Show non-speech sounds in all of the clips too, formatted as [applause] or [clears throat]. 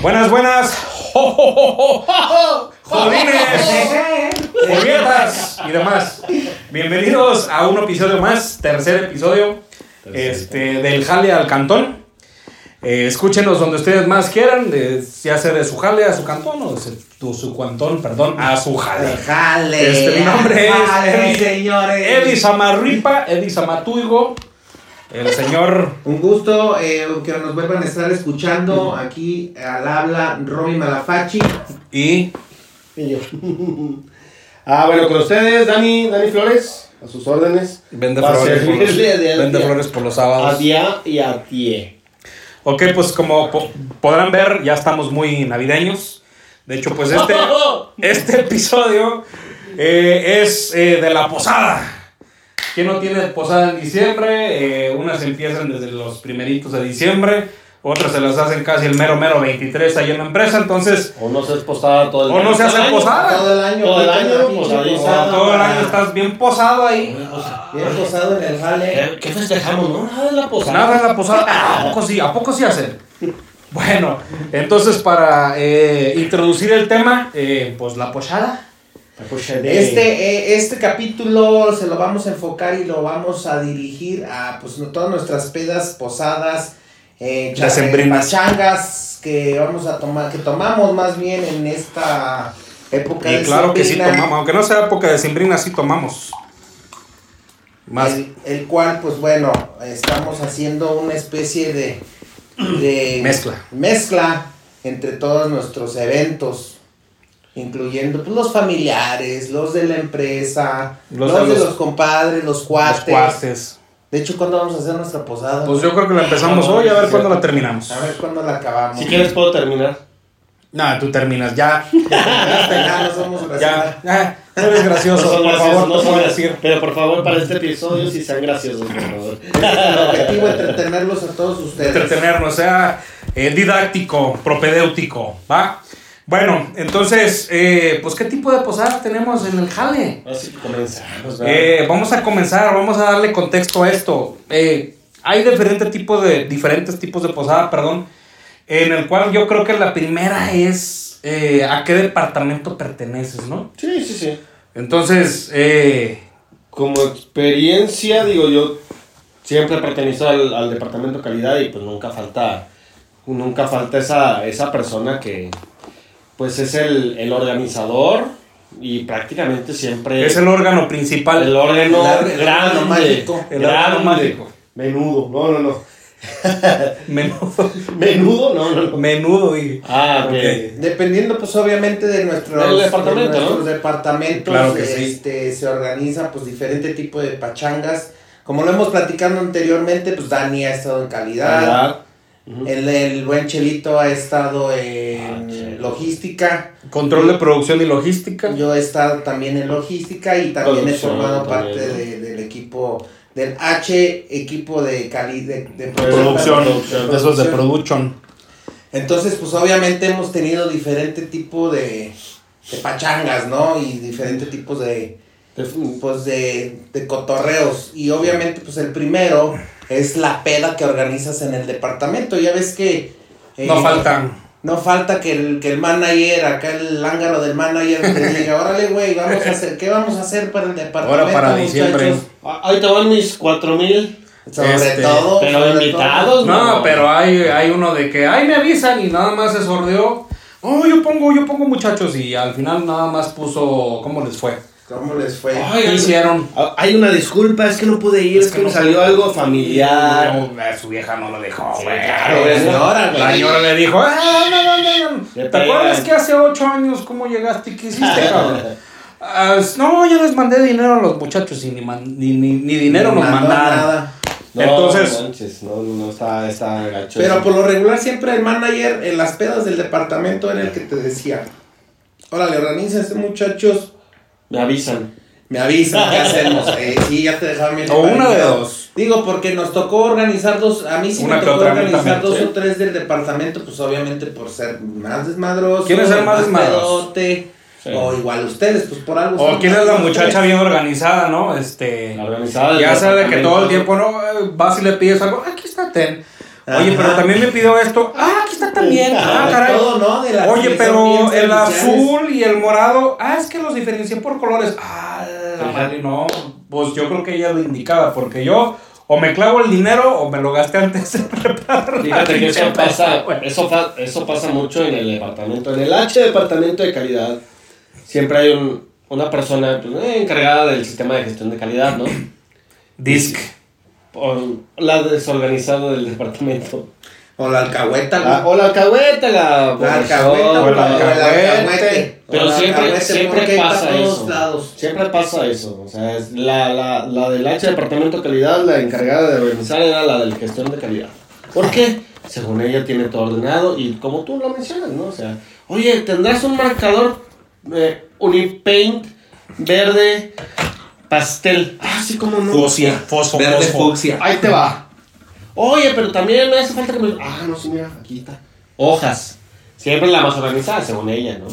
Buenas, buenas. ¡Jo, jo, jo, jo, jo! Jodines, juguetas y demás. Bienvenidos a un episodio más, tercer episodio este, del Jale al Cantón. Eh, escúchenos donde ustedes más quieran, de- ya sea de su jale a su cantón o de su, su cuantón, perdón, a su jale. Jale. Este, mi nombre es Jale, Eddie- señores. Eddie Samarripa, Eddie Samatuigo, el señor Un gusto eh, que nos vuelvan a estar escuchando aquí al habla Romy Malafachi. y Y yo. [laughs] ah, bueno, con ustedes, Dani, Dani Flores, a sus órdenes. Vende Para flores, por los, servirle de- vende de- flores por los sábados. A día y a pie. Ok, pues como po- podrán ver, ya estamos muy navideños. De hecho, pues este, este episodio eh, es eh, de la posada. ¿Quién no tiene posada en diciembre? Eh, unas empiezan desde los primeritos de diciembre, otras se las hacen casi el mero, mero 23 ahí en la empresa. Entonces, O no se es posada todo el o no se hace posada. Todo el año. Todo el ahorita año, en la pinche posadita. O posada, todo el año ma. estás bien posado ahí. Bien posado en el jale. Eh, ¿Qué festejamos? No, nada de la posada. Nada en la posada. ¿A poco sí? ¿A poco sí hacen? Bueno, entonces para eh, introducir el tema, eh, pues la posada. La posada Pues, de- Este, eh, este capítulo se lo vamos a enfocar y lo vamos a dirigir a pues no- todas nuestras pedas, posadas, eh, cha- Decembrinas. eh, pachangas que vamos a tomar, que tomamos más bien en esta época Y claro que sí decembrina, tomamos, aunque no sea época de sembrina, sí tomamos. Más. El, el cual, pues bueno, estamos haciendo una especie de, de Mezcla. mezcla entre todos nuestros eventos. Incluyendo pues, los familiares, los de la empresa, Los los, de de, los- los compadres, los los cuates. cuates. De hecho, ¿cuándo vamos a hacer nuestra posada? Pues yo creo que la empezamos hoy, a ver cuándo la terminamos. a ver cuándo la acabamos. Si quieres puedo terminar. Nada, tú terminas, ya. ya, no somos Ya. Ah, no [laughs] eres gracioso, son por graciosos, favor, no no te son voy a graciosos. decir. Pero por favor, para este episodio, si sean graciosos, por favor. El objetivo es entretenerlos a todos ustedes. Entretenernos, sea eh, didáctico, propedéutico, ¿va? Bueno, entonces, eh, pues ¿qué tipo de posada tenemos en el jale? Así que comenzamos, ¿verdad? Eh, vamos a comenzar, vamos a darle contexto a esto. Eh, hay diferente tipo de, diferentes tipos de posada, perdón, en el cual yo creo que la primera es eh, a qué departamento perteneces, ¿no? Sí, sí, sí. Entonces, eh, Como experiencia, digo yo, siempre pertenezco al, al departamento de calidad y pues nunca falta, nunca falta esa, esa persona que pues es el, el organizador y prácticamente siempre es el órgano principal. el órgano el órgano grande, mágico, el grande. órgano mágico. Menudo, no, no, no. menudo, Menudo, no, no, no. menudo y... Ah, ok. Ok. Dependiendo, pues, obviamente de nuestros, Del departamento, de nuestros ¿no? departamentos, Claro que sí. este, se organiza, pues, diferente tipo de pachangas. Como lo hemos platicado anteriormente, pues, Dani ha estado en calidad, Calidad. Ujú. el, el buen Chelito ha estado en Ah, Chelo. logística, Control de producción y logística. yo he estado también en logística y también he Producción formado también, parte ¿no? de- del equipo, del H, equipo de calidad, de, de Producción. De esos de production. Entonces, pues obviamente hemos tenido diferente tipo de, de pachangas, ¿no? Y diferente tipos de, Def- pues de, de cotorreos. Y obviamente, pues el primero es la peda que organizas en el departamento. Ya ves que... eh, No faltan. No falta que el, que el manager, acá el lángaro del manager, te [laughs] diga, órale, güey, vamos a hacer, ¿qué vamos a hacer para el departamento? Ahora para muchachos?" diciembre. Ah, Ahí te van mis 4000. Sobre Este, todo... pero sobre todo. invitados, No, pero hay, hay uno de que, ay, me avisan y nada más se sordeó. Oh, yo pongo, yo pongo muchachos y al final nada más puso cómo les fue. ¿Cómo les fue? Ay, ¿Qué hicieron? Ah, Hay una disculpa, es que no pude ir, Es es, que que, no me salió pude. algo familiar. No, eh, su vieja no lo dejó, Sí, güey. claro, güey, señora, güey. La señora le dijo, ah, no, no, no, no. Le ¿Te acuerdas pegan. que hace ocho años cómo llegaste y qué [laughs] hiciste, cabrón? Ah, no, yo les mandé dinero a los muchachos y ni, man- ni, ni, ni dinero No nos mandó mandaron. nada. No, Entonces- no manches, no, no, no, está, está gacho. Pero eso. por lo regular siempre el manager en las pedas del departamento era el que te decía, órale, organícense muchachos, Me avisan. me avisan qué [laughs] hacemos. Eh, sí, ya te dejaron bien. O una de preparado. dos. Digo, porque nos tocó organizar dos, a mí sí Una me que tocó otra, a mí organizar también, dos sí. o tres del departamento, pues obviamente por ser más desmadroso. ¿Quién es el más desmadroso? pedote, Sí. O igual ustedes, pues por algo. O son quién más es la desmadrosos. muchacha bien organizada, ¿no? Este. La organizada del Ya sabe que departamento. todo el tiempo no Eh, vas y le pides algo, aquí está ten. Oye, Ajá. pero también me pidió esto, ah, aquí está también. Ah, caray. Todo, ¿no? De la Oye, son pero bien el serviciales. azul y el morado. Ah, es que los diferencié por colores. Ah, la madre, no. Pues yo creo que ella lo indicaba, porque yo o me clavo el dinero o me lo gasté antes de preparar. la [laughs] Fíjate que pinche eso pasa, peda, güey. eso, fa- eso pasa mucho en el departamento. En el H departamento de calidad siempre hay un- una persona pues, eh, encargada del sistema de gestión de calidad, ¿no? Disc. O la desorganizada del departamento. O la alcahueta, güey. La- o la alcahueta, la... Ah. La alcahueta, o güey, el o el alcahuete. alcahuete. O Pero el siempre, alcahuete, porque siempre está pasa a todos eso. lados. Siempre pasa eso. O sea, es la, la, la del H departamento de calidad, la encargada de organizar era la de la gestión de calidad. ¿Por qué? Según ella tiene todo ordenado y como tú lo mencionas, ¿no? O sea, oye, tendrás un marcador eh, Unipaint verde pastel. Ah, sí, como no. Fucsia, fosfo, Verde fosfo. fucsia. Ahí te va. Oye, pero también me hace falta que me... Ah, no, sí, mira, aquí está. Hojas. Siempre la más organizada, según ella, ¿no?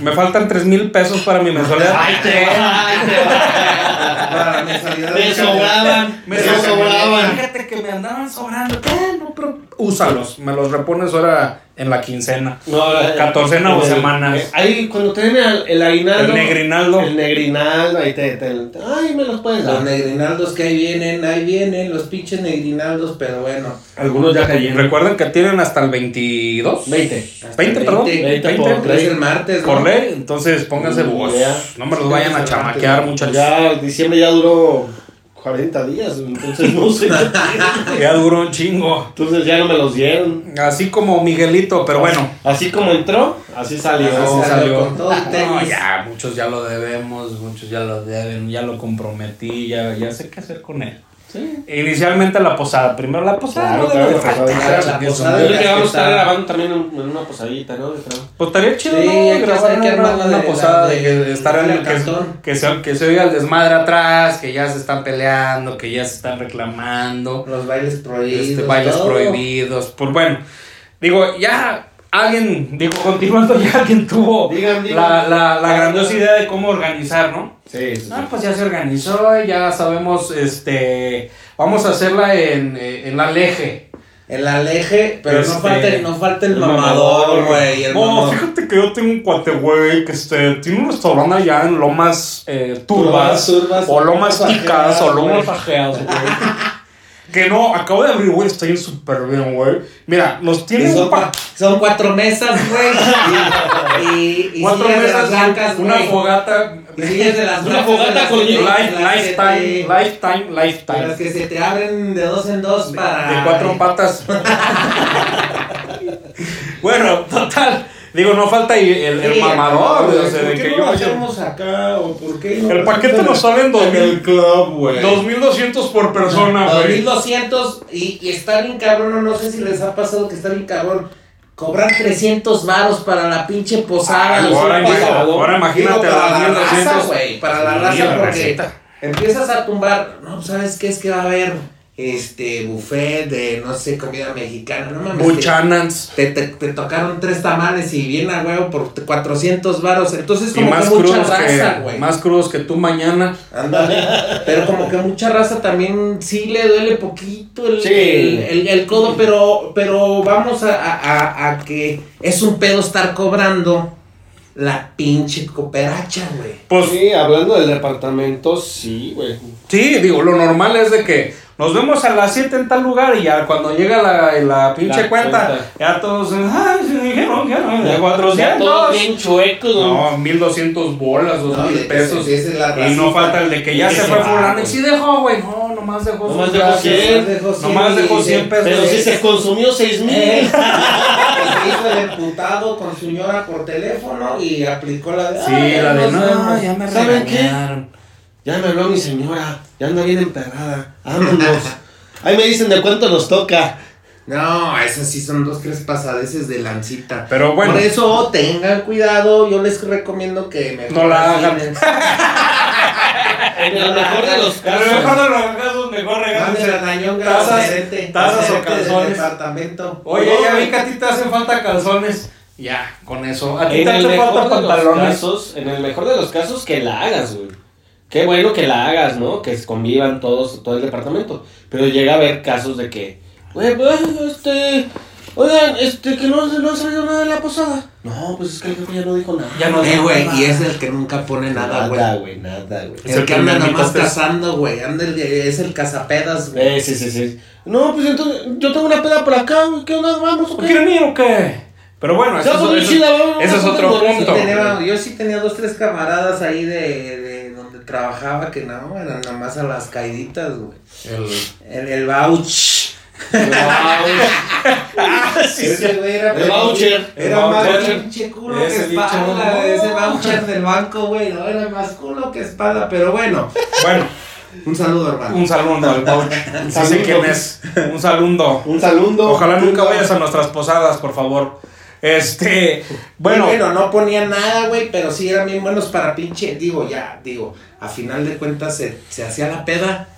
Me faltan 3 mil pesos para mi mensualidad. te va, ahí te va. Para la mensualidad de Me calidad. sobraban, me Pero sobraban. Fíjate que me andaban sobrando. Eh, no, pero úsalos. Me los repones ahora en la quincena. No, eh, Catorcena o el- semanas. eh, ahí cuando te den el, el aguinaldo. El negrinaldo. El negrinaldo, ahí te, te- te- Ay, me los puedes Los dar. negrinaldos que ahí vienen, ahí vienen, los pinches negrinaldos, pero bueno. Algunos ya cayeron. Recuerden que tienen hasta el 22. 20. hasta 20, perdón. 20, 20 Pero es el martes, ¿no? por ley. Entonces pónganse Mm, vos. ya. No me los vayan a chamaquear, muchachos. Ya, Ya diciembre ya duró 40 días, entonces no [laughs] sé. duró un chingo. entonces ya no me los dieron. Así como Miguelito, pero bueno. Así como entró, así salió. Así No, salió con todo y No, tenis. ya, muchos ya lo debemos, muchos ya lo deben, ya lo comprometí, ya, ya sé qué hacer con él. Sí. Inicialmente la posada, primero la posada. Claro, no claro, debe de claro, faltar, claro, la chingue su posada. madre. Yo creo que vamos a estar Está- grabando también en, en una posadita, ¿no? Yo creo. Pues estaría chido, Sí, ¿no? hay que Grabar hacer que una, armarla una de la- posada de, de- que estar en del el que, cantón. que se, que se oiga el desmadre atrás, que ya se están peleando, que ya se están reclamando, Los bailes prohibidos. este, bailes todo. prohibidos. Pues bueno, digo, ya alguien, digo, continuando, [laughs] ya alguien tuvo Digan, digan. la, la, la grandiosa idea de cómo organizar, ¿no? Sí, sí, sí. Ah, pues ya se organizó, ya sabemos, este, vamos a hacerla en, eh, en la leje. El aleje, pero Este, no, falta, el- no falta el, el mamador, mamador, güey. El No, mamador. fíjate que yo tengo un cuate, güey, que este, tiene un restaurante allá en Lomas eh, Turbas, Lomas Turbas, o Lomas Lomas Ticas, o Bajeas, Lomas güey. Bajeas, güey. que no, acabo de abrir, güey, estoy súper bien, güey. Mira, nos Y tiene Son, un cua- pa- son cuatro mesas, güey. [laughs] Y, y, y cuatro sillas de mesas, las blancas, una güey. fogata. Y sillas de las Una blancas. fogata de las con que- Life- de las que lifetime, te- lifetime, de lifetime. Las que se te abren de dos en dos para. De cuatro [laughs] patas. bueno, total. Digo, no falta el, el, el Sí, mamador, güey, o sea, ¿por de qué que no yo. lo hacemos acá o por qué no El lo paquete hacemos nos sale en en 2000. el club, güey. Ah, 2200 por persona, Ah, güey. 2200 y, y está bien cabrón, o no sé si les ha pasado que está bien cabrón. Cobrar 300 varos para la pinche posada. Ay, los ahora un imagina- pesado. ahora imagínate Digo, para las la 1200. raza, güey, para la Sí, raza, la porque racita. empiezas a tumbar, no, pues, ¿sabes qué es que va a haber? Este, buffet de, no sé, comida mexicana, no mames. te- Buchanans. Te, te, te tocaron tres tamales y bien a huevo por 400 varos. Entonces, Y como más que mucha crudos, raza, que, güey. más crudos que tú mañana. Ándale. Pero como que mucha raza también sí le duele poquito el, Sí. el, el- el codo, pero, pero vamos a, a- a- a que es un pedo estar cobrando la pinche cooperacha, güey. Pues sí. Sí, hablando del departamento, sí, güey. digo, lo normal es de que nos vemos a las 7 en tal lugar y ya cuando llega la, la pinche La cuenta, cuenta. ya todos. Ay, sí, dijeron que no, de Ya 400. todos bien chuecos, ¿no? No, 1200 bolas, 2000 pesos. Y no [laughs] falta el de que ya Ese se fue va, fulano. güey. Y sí dejó, güey. No, nomás dejó Nomás sus dejó gracias. cien. Nomás dejó 100 pesos. Pero si se consumió 6 mil. Eh, se hizo [laughs] el emputado con su señora por teléfono y aplicó la de. Sí, "Ay, la de nos no, pues, vemos". ya me ¿Saben qué? regañaron. Ya me habló mi señora, ya anda bien emperrada. Vámonos. Ahí me dicen de cuánto nos toca. No, esas sí son dos, tres pasadeces de lancita. Pero bueno. Por eso tengan cuidado, yo les recomiendo que mejor No la hagan. tienen- Ah, En el mejor de los A lo mejor casos. de los casos, mejor Manden regálense. al dañón Tazas- grande, tazas o gerente del calzones. departamento. Oye, ya vi que a ti te hacen falta calzones. Ya, con eso. A ti En te el hacen falta mejor de los pantalones. casos, en el mejor de los casos que la hagas, güey. Qué bueno que la hagas, ¿no? Que convivan todos, todo el departamento. Pero llega a haber casos de que, güey, pues, este, Oigan, este, que no, no han salido nada de la posada. No, pues es que el jefe ya no dijo nada. Ya no Eh, dijo güey, nada. y es el que nunca pone nada, güey. güey, nada, güey. Es el El que que anda me nada más invitaste. cazando, güey. Anda el de- es el cazapedas, güey. Eh, sí, sí, sí. No, pues entonces, yo tengo una peda por acá, güey. ¿Qué onda? Vamos, ¿o ¿O qué? ¿Quieren ir o qué? Pero bueno, Se va a eso, poner es- chida, vamos, ese es vamos, otro vamos, [laughs] punto. [laughs] Yo tenía- yo sí tenía dos, tres camaradas ahí de, de donde trabajaba que no, eran nada más a las caiditas, güey. El, el vouch. Ese güey era El voucher. Era El más voucher. pinche culo que Ese espada. pinche mamón. Ese voucher del banco, güey. No, era más culo que espada. Pero bueno, Bueno, un saludo, hermano. un saludo al Pouch. [laughs] Sí sé saludo. quién es. Un saludo. Un saludo. Ojalá Un nunca saludo. vayas a nuestras posadas, por favor. Este, Bueno, bueno, no ponían nada, güey, pero sí eran bien buenos para pinche. Digo, ya, digo, a final de cuentas se, se hacía la peda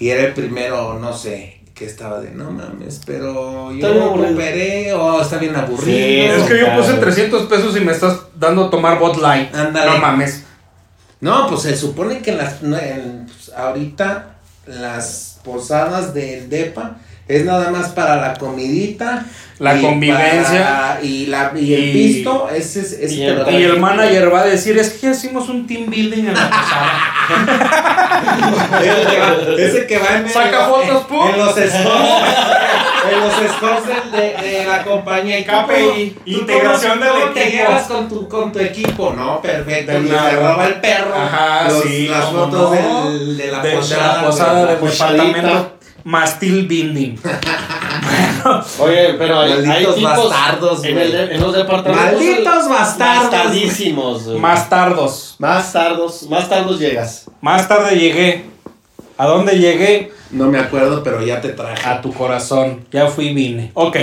y era el primero, no sé, que estaba de no mames, pero Está yo bien no aburrido. cooperé o está bien aburrido. Sí, es que yo puse Claro. 300 pesos y me estás dando a tomar bot line. Ándale. No mames. No, pues se supone que en las, no, en- pues, ahorita las posadas del DEPA es nada más para la comidita. La y convivencia. para- y, la, y el Y- pisto, ese es... ese y te lo el- dan. Y el manager va a decir, es que ya hicimos un team building en la posada. Ese que va- [laughs] ese que va en Saca en- fotos, pum. En [laughs] los scores. en los scores del- de, de la compañía y KPI, tú cómo- integración tú del cómo te equipo. llevas con tu, con tu equipo, ¿no? Perfecto. Del Y lado. se roba el perro. Ajá, los- sí, Las cómo fotos no. del- de la de, de posada. la posada güey. del posadita. departamento Mastil Building. Oye, pero hay, Malditos hay tipos bastardos, en, güey. el de- en los departamentos. Malditos bastardos. güey. Bastardísimos, güey. Más tardos. Más tardos, más tardos llegas. Más tarde llegué. ¿A dónde llegué? No me acuerdo, pero ya te traje. A tu corazón. Ya fui y vine. Ok.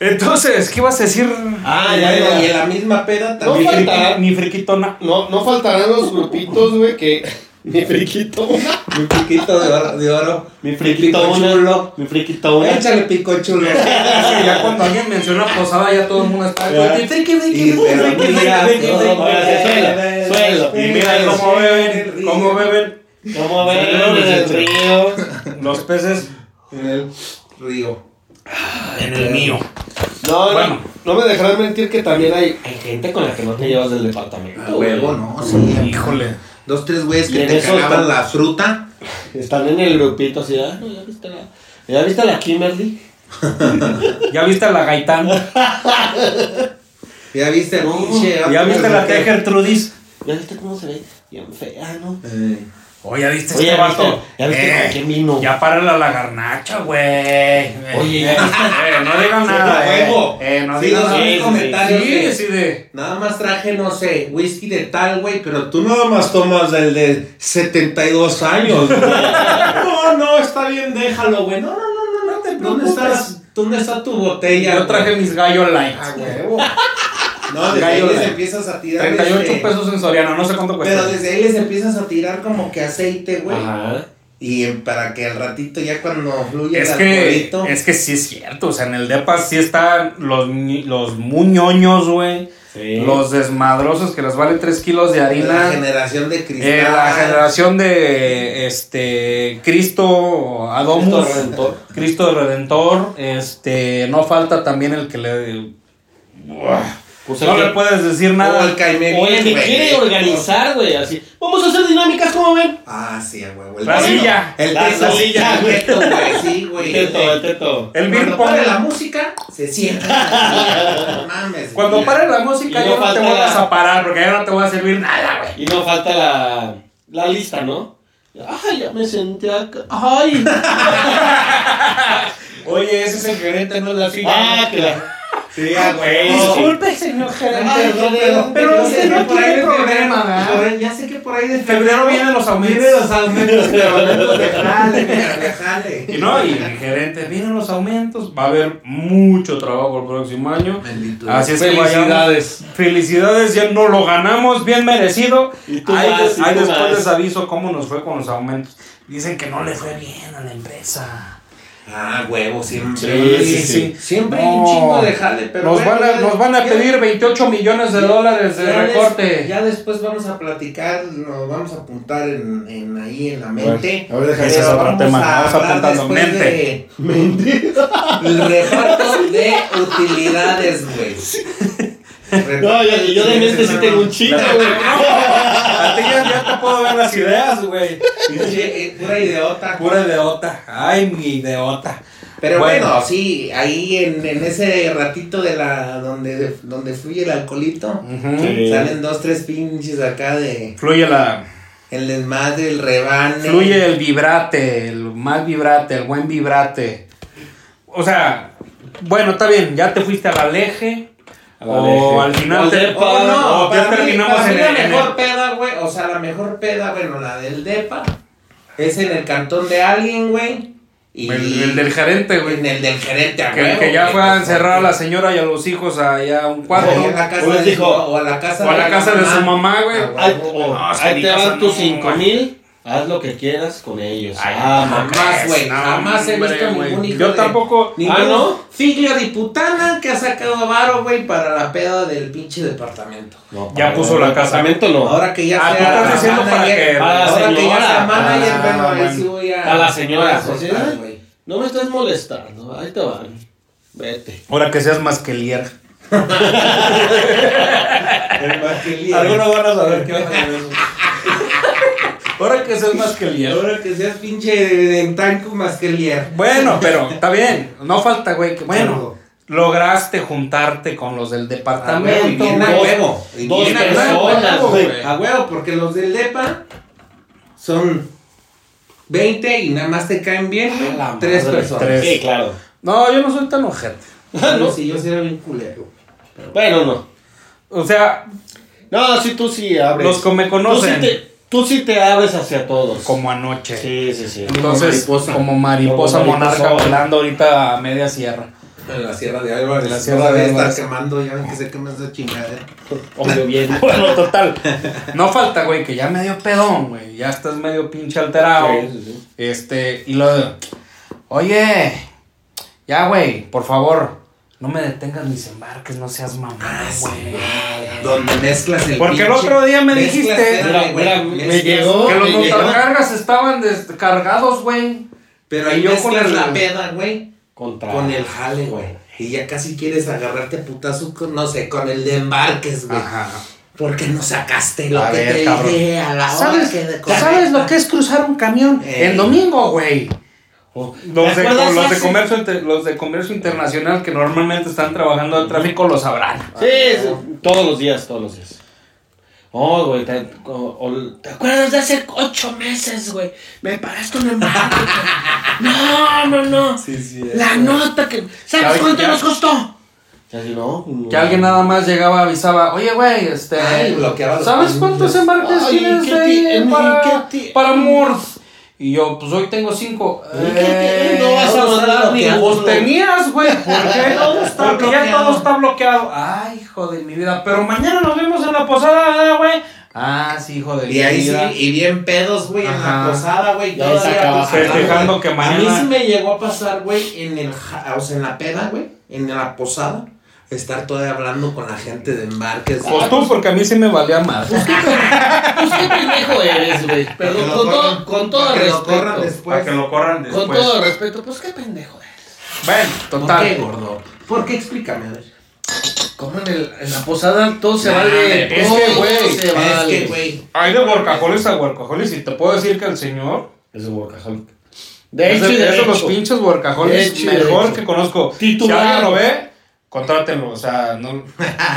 Entonces, ¿qué ibas a decir? Ah, y, bueno, y en la misma peda ni, también. falta. friqui- ni friquitona. No, no faltarán los grupitos, güey, que. [laughs] Mi friquito. Mi piquito de oro. De oro Mi friquito picochulo. Mi friquito Échale pico chulo. ya [laughs] cuando alguien menciona posada, ya todo el mundo está. Ya. "Friki, friki, friki, Y- pero friki, mira, friki, friki, todo friki". para- suelo, suelo. Y mira cómo beben, cómo beben ¿Cómo verlo en el río? los peces En el río. en el mío. No, Bueno. no, no me dejarán mentir que también hay, hay gente con la que no te llevas del departamento. A huevo, no, Mm. sí. Híjole. Dos, tres güeyes Y que en te esos cagaban tam- la fruta. Están en el grupito así, ah, no, ya viste la. ¿Ya viste la Kimberly? ¿Ya viste a la Gaitán? Ya viste el No, pinche. Mm. ¿Ya viste a la Tejer Trudis? ¿Ya viste cómo se ve? Bien fea, ¿no? Eh, O ya viste Oye, este ¿ya viste, vato. ya viste Eh, con quién vino? Ya párala la garnacha, güey. Oye, ya. Eh, eh, no digan nada, a eh. huevo. Eh, no Sí, digan los nada. vi Sí, comentarios sí, de- sí, de. Nada más traje, no sé, whisky de tal, güey, pero tú nada más tomas del de 72 [laughs] años, güey. No, no, está bien, déjalo, güey. No, no, no, no, no te preocupes. ¿Dónde, estás, dónde está tu botella? Yo traje güey? mis gallo light. A huevo. No, desde ahí Gallo, les güey. empiezas a tirar. 38 este, pesos en Soriano, no sé cuánto cuesta. Pero desde ahí les empiezas a tirar como que aceite, güey. Ajá. Y eh, para que al ratito ya cuando fluya Es el que, alcoholito. es que sí es cierto, o sea, en el DEPA sí están los, ni- los muñoños, güey, Sí. los desmadrosos que les valen 3 kilos de la harina, generación de cristal. eh, la generación de este Cristo Adomus, Cristo Redentor. Cristo Redentor, este, no falta también el que le... Buah, Pues el no que- le puedes decir O nada. el Caimení, Oye, me güey. quiere organizar, güey, así. Vamos a hacer dinámicas, ¿cómo ven? Ah, sí, a huevo. La teto. silla. El La teto, [laughs] silla, el güey. teto, güey. Sí, El güey. teto, el teto. El beer Cuando pong. pare la música, se sienta. No mames. Cuando güey. pare la Y música, no yo no te falta vuelvas la- a parar, porque ya no te voy a servir nada, güey. Y no falta la, la lista, ¿no? Ay, ya me senté acá. Ay. [laughs] Oye, ese es el gerente, no es la silla. Ah, que la. Sí, a huevo. Disculpe, señor Ay, gerente. no, pero- Pero yo usted sé no que por tiene ahí de problema, febrero- ¿verdad? por ahí- Ya sé que por ahí de Febrero vienen los aumentos. Vienen [laughs] los aumentos, pero aumentos de jale, de jale. Y no, y el gerente, vienen los aumentos, va a haber mucho trabajo el próximo año. Bendito Dios. Así es que vayamos. Felicidades, ya no lo ganamos, bien merecido. Y tú Ahí, vas, y ahí tú después vas. les aviso cómo nos fue con los aumentos. Dicen que no le fue bien a la empresa. Ah, huevo, siempre. Sí, sí, sí. Siempre hay No. un chingo de jale, pero. Nos bueno, van, a, ya- nos van a ya- pedir 28 millones de ya- dólares de ya des- recorte. ya después vamos a platicar, nos vamos a apuntar en, en ahí en la mente. a ver, déjame- ese es Pero otro tema, vamos hablar apuntando, después mente. de- El reparto de utilidades, güey. No, yo, yo de mente sí tengo un chingo, güey. A ti ya, ya te puedo ver las ideas, güey. Pinche, eh, Pura idiota. Pura idiota. Ay, mi idiota. Pero bueno, Bueno. sí, ahí en, en ese ratito de la donde, donde fluye el alcoholito, Sí. salen dos, tres pinches acá de Fluye la. el desmadre, el rebane. Fluye el vibrate, el mal vibrate, el buen vibrate. O sea, bueno, está bien, ya te fuiste al aleje. Al o Aleje. al final. Al te- depa. Oh, no, o ya para mí- terminamos para mí en el- la en mejor el- peda, güey. O sea, la mejor peda, bueno, la del DEPA. Es en el cantón de alguien, güey. Y el, el del gerente, En güey. el del gerente, a Que, huevo, que ya güey, fue o a sea, encerrar a la señora y a los hijos allá a un cuarto. O a la casa, Uno de, dijo, su, o a la casa, o a la casa de su mamá, güey. Ah, Ahí, huevo, oh, güey. No, es que ahí mi te casa van tus no, 5 güey. mil, haz lo que quieras con ellos. Ay, no, ah, mamá. Jamás, güey, No, jamás he hombre, visto güey. ningún hijo Yo de- tampoco. Ningún Ah, ¿no? Figlio diputana que ha sacado varo, güey, para la peda del pinche departamento. No, Ya para puso el la casa. Apartamento no. Ahora que ya Ah, tú sea estás diciendo para que- para la ahora que ya señora. sea manager, Ah, bueno, ahí bueno. sí voy a... A la señora, voy a ¿sí? soltar, güey. No me estás molestando, ahí te van. Vete. Ahora que seas más que lier. El maquilín. van a saber qué van a ver eso. Ahora que seas más que lier. Ahora que seas pinche en tanco más que lier. Bueno, pero está bien. No falta, güey. que bueno, lograste juntarte con los del Ah, güey, departamento. bien, güey. a huevo. dos- dos Bien a huevo, personas, a huevo, güey. A huevo, porque los del DEPA son 20 y nada más te caen bien, güey, A la Tres madre. personas. Ah, Tres. Sí, claro. No, yo no soy tan ojete. No, si yo sí era bien culero. Bueno, no. O sea, No, sí, tú sí abres. los que me conocen Tú sí te, tú sí te abres hacia todos. como anoche. Sí, sí, sí. Entonces, Como mariposa. como mariposa, Como mariposa. monarca volando ahorita a media sierra. [laughs] En la Sierra de Álvarez. En la Sierra de estar Álvarez. quemando, ya ven que se quema esa chingadera. Obvio bien. Bueno, total. No falta, güey, que ya medio pedón, güey. Ya estás medio pinche alterado. Sí, sí, sí. Este, y lo Oye, ya, güey, por favor, no me detengas mis embarques, no seas mamá, Ah, güey. Donde mezclas el Porque el otro día me dijiste- espérame, güey, Mira, mira, me mezclas- llegó. Que los Oye, montacargas estaban descargados, güey. Pero Y ahí yo yo con mezclas el- la peda, güey. Contra. Con el jale, güey. Y ya casi quieres agarrarte a putazos con, no sé, con el de embarques, güey. Ajá. Porque no sacaste lo A que ver, te cabrón. dije a la hora ¿Sabes, que de ¿Sabes lo que es cruzar un camión Ey. en domingo, güey? Oh, ¿te Los de, los acuerdas de hace- comercio, inter- los de comercio internacional que normalmente están trabajando al tráfico lo sabrán. Sí, sí, todos los días, todos los días. Oh, güey, te, o- o- ¿te acuerdas de hace ocho meses, güey? Me paraste un embarque. güey. no, no, no. Sí, sí. La nota que. Ya, pues, ¿Sabes cuánto ya. nos costó? Ya, si no, no. pues, Que alguien nada más llegaba, avisaba, oye, güey, este. Ay, bloqueaba los ¿Sabes caminos. cuántos embarques Ay, tienes ¿qué de ahí ti- en- para, qué ti- para Murph? Y yo, pues hoy tengo cinco. Eh, ¿Y qué ti- no vas no a sabes lo mandar que ni hago, Pues tenías, güey, ¿por [laughs] qué? Todo está Porque ya bloqueado. todo está bloqueado. Ay, hijo de mi vida. Pero mañana nos vemos en la posada, ¿verdad, güey? Ah, sí, hijo de mi Y ahí sí, vida. y bien pedos, güey, en la Ajá. posada, güey. Ya todavía sacaba pues, festejando güey. que mañana- A mí sí me llegó a pasar, güey, en el ja- o sea, en la peda, güey, en la posada, estar todavía hablando con la gente de embarques. güey. Pues tú, porque a mí sí me valía más. Pues qué pendejo eres, güey. Para que Perdón, lo con todo, corran- con todo para que lo corran respeto. después. lo corran pues. Con todo respeto, pues qué pendejo eres. Bueno, ¿Por qué, total. gordo? ¿Por qué? Explícame, a ver. Como en, el- en la posada todo se Nah, vale. es todo que, güey, se es vale. que, güey. Hay de workaholics a workaholics y te puedo decir que el señor Es un workaholic. de De hecho, y es de de hecho. los pinches workaholics De hecho y de mejor hecho. que conozco. Titular. Si alguien lo ve, contrátenlo, o sea, no...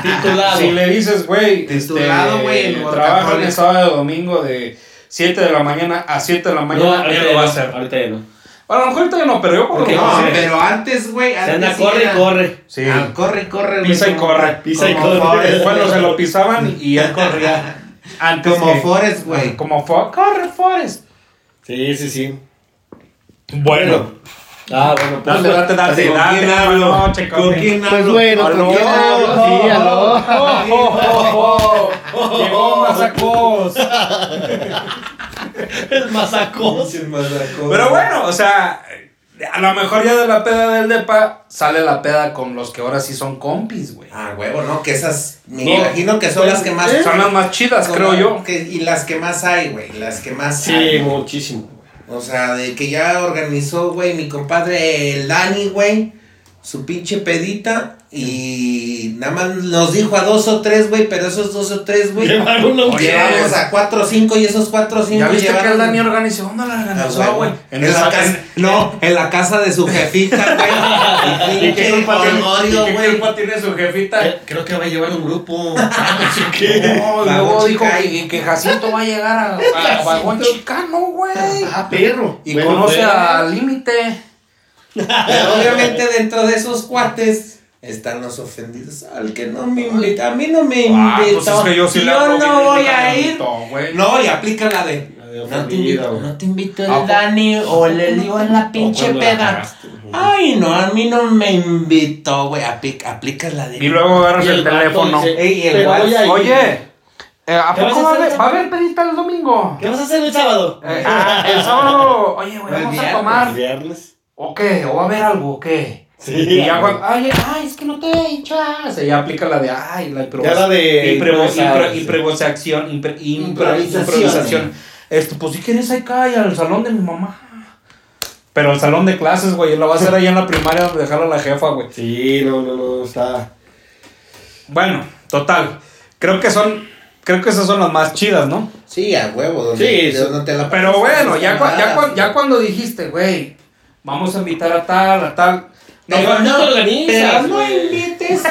Titulado. Si le dices, güey, este, Titulado, güey, el trabaja workaholic. el sábado y domingo de 7 de la mañana a 7 de la No, mañana, él ahorita lo ya va a no, hacer. Ahorita ya no. A lo mejor ahorita no, pero yo por lo Porque menos- No, sí. pero antes, güey. Ah, Se anda, antes sí corre, era- corre. Sí. Ah, corre, corre. güey, Pisa y como- corre, pisa y como corre. Forrest, Bueno, güey. se lo pisaban y él corría. Antes Como que- Forrest, güey. Como Forrest. Corre, Forrest. Sí, sí, sí. Bueno. Ah, bueno, pues. Date, date, date, ¿Con date, quién buena hablo? noche, ¿Con Coque. quién hablo? Pues [laughs] bueno, Aló. ¿con quién hablo? Sí, aló. Oh, oh, oh. Llegó Mazacos. El masaco. Pinche madracón. Pero bueno, o sea, A lo mejor ya de la peda del depa sale la peda con los que ahora sí son compis, güey. Ah, huevo, ¿no? Que esas, me No. imagino que son las que más... Son las más chidas, como creo yo. que- y las que más hay, güey. Las que más Sí, hay. muchísimo. O sea, de que ya organizó, güey, mi compadre el Dani, güey, su pinche pedita. Y nada más nos dijo a dos o tres, güey, pero esos dos o tres, güey. Llevaron a un Oye, Llevamos a cuatro o cinco y esos cuatro o cinco. ¿Ya viste que llevaron- el Dani organizó? ¿Dónde la Ah, organizó, güey? En la casa- no, en la casa de su jefita, [laughs] güey. ¿Y qué culpa tiene- Orgullo, güey. tiene su [laughs] jefita? Creo que va a llevar un grupo. No, y La Oh, luego noche dijo cae. que, que Jacinto va a llegar a, a Vagón Chicano, güey. Ah, perro. Y Bueno, pues, conoce pues, perro. al límite. Pero obviamente dentro de esos cuates están los ofendidos. Al que no me invita, a mí no me Ah, invitó. pues no voy a ir. No, y aplica la de. La de No te, ofendida, invito, güey. no te invito el Ah, pues, po- Dani o le digo en la O pinche cuando la peda. cagaste. Ay, no, a mí no me invitó, güey. Aplica, aplica la de. Y luego agarras Y el, el vato teléfono. dice, Ey, y el "Pero WhatsApp". voy a ir. Oye, eh, ¿a ¿Qué vas poco a va a hacer haber, el va a haber pedita el domingo? ¿Qué vas a hacer el sábado? Eh, ah, el sábado, oye, güey, El vamos a viernes. tomar. pues Viernes. ¿O qué? ¿O va a haber algo? ¿O qué? Sí. Y ya cuando, ay, ay, es que no te hinchas. Y ya aplica la de, ay, la Ya la de- improvisación. Improvisación. impre- impro- Improvisación. Improvisación. Este, pues si quieres ahí cae al salón de mi mamá. Pero al salón de clases, güey, lo va a hacer allá en la primaria donde dejar a la jefa, güey. Sí, no, no, no, está. Bueno, total. Creo que son, creo que esas son las más chidas, ¿no? Sí, a huevo. donde- Sí, sí. donde te la Pero pasas bueno, ya, cua- ya, descargada. cua- ya cuando dijiste, güey, vamos a invitar a tal, a tal. No, no, Pero no, te organizas, pero no güey. invites.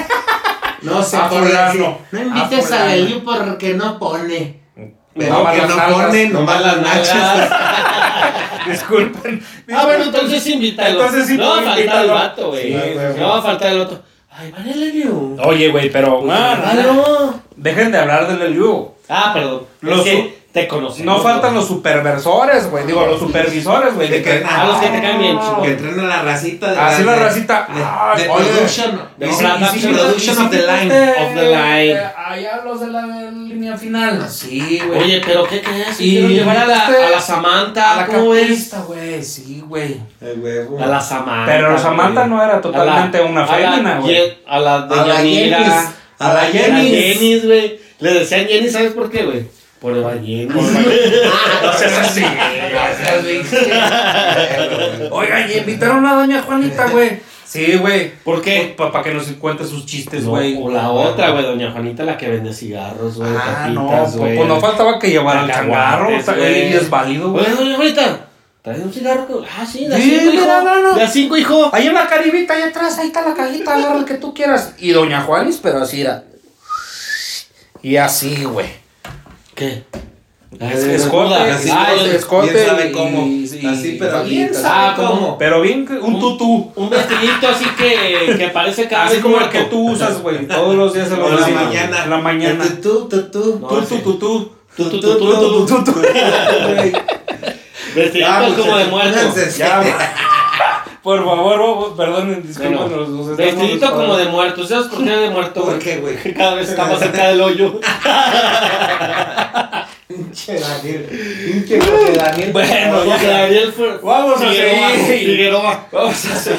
No se A puede fulano, decir, No invites a a fulano. Lelio porque no pone. No, Pero que las no nalgas, pone, no nomás las nachas. [laughs] disculpen. Ah, bueno, entonces invítalo. Entonces sí, no va a faltar el invítalo. vato, güey. Sí, güey. no va a faltar el vato. Ay, van el Elio. Oye, güey, pero Ah, bueno, no. dejen de hablar del Eliu. Ah, perdón. Los- es que te conocen. No faltan los superversores, güey. Digo, los supervisores, güey. De que, Ah, A Ah, los que te caen bien, chingón. Que entrena la racita de Así la de- racita. de- Ah, De oye. production. De Y si- y si production. Production of the line. Eh, of the line. Ah, eh, Allá los de la línea final. Sí, güey. Oye, pero ¿qué crees? Y- Y quiero llevar a la, a la A Samantha. la Ah, ¿Cómo ves? capista, güey. Sí, güey. El huevo. A la Samantha. Pero Samantha güey. no era totalmente A la- una a la fémina, güey. [laughs] Jen- A la de A la Yanira. Yenis. A la A la Yenis. Yenis, güey. Le decían Jenny, ¿sabes por qué, güey? Por la Yenis. No seas así. Oiga, y invitaron a doña Juanita, güey. Sí, güey. Pues, ¿Por qué? Para que nos cuente sus chistes, No, güey. o la otra, güey, doña Juanita, la que vende cigarros, güey, Ah, no, tapitas, güey. pues pues no faltaba que llevara el changarro, Cacahuates, o sea, güey. y es válido, güey. Oye, doña Juanita, ¿traes un cigarro? que- Ah, sí, de a Sí, cinco, hijo. mira, no, no. De a cinco, hijo. Ahí en la caribita, ahí atrás, ahí está la cajita, agarra el que tú quieras. Y doña Juanis, pero así era. Y así, güey. ¿Qué? Es- escote, Así, Ah, pues, el bien escote sabe y- cómo. y- Así, pero y- bien ah, sabe como- cómo. Pero bien, que- un tutú. Un vestidito así que, que parece que Así como el que tú usas, güey. Todos los [laughs] días en Por la la mañana. mañana. En la mañana. Tú, tú, tú, No, tú, Tú, tú, tú, tú. tú, tú, tú, tú, tú, tú, tú, tú. Güey. Vestidito Ah, como de muchachos, muerto. pónganse- Ya. [laughs] Por favor, oh, perdonen, disculpen Bueno, los dos. Vestidito como de muerto. ¿Sabes por qué de muerto, ¿Por güey? qué, güey? Cada vez está más cerca del hoyo. Pinche Daniel. Pinche José Daniel. Bueno, ya Gabriel fue. Vamos a Figueroa, seguir. Figueroa. Vamos a hacer.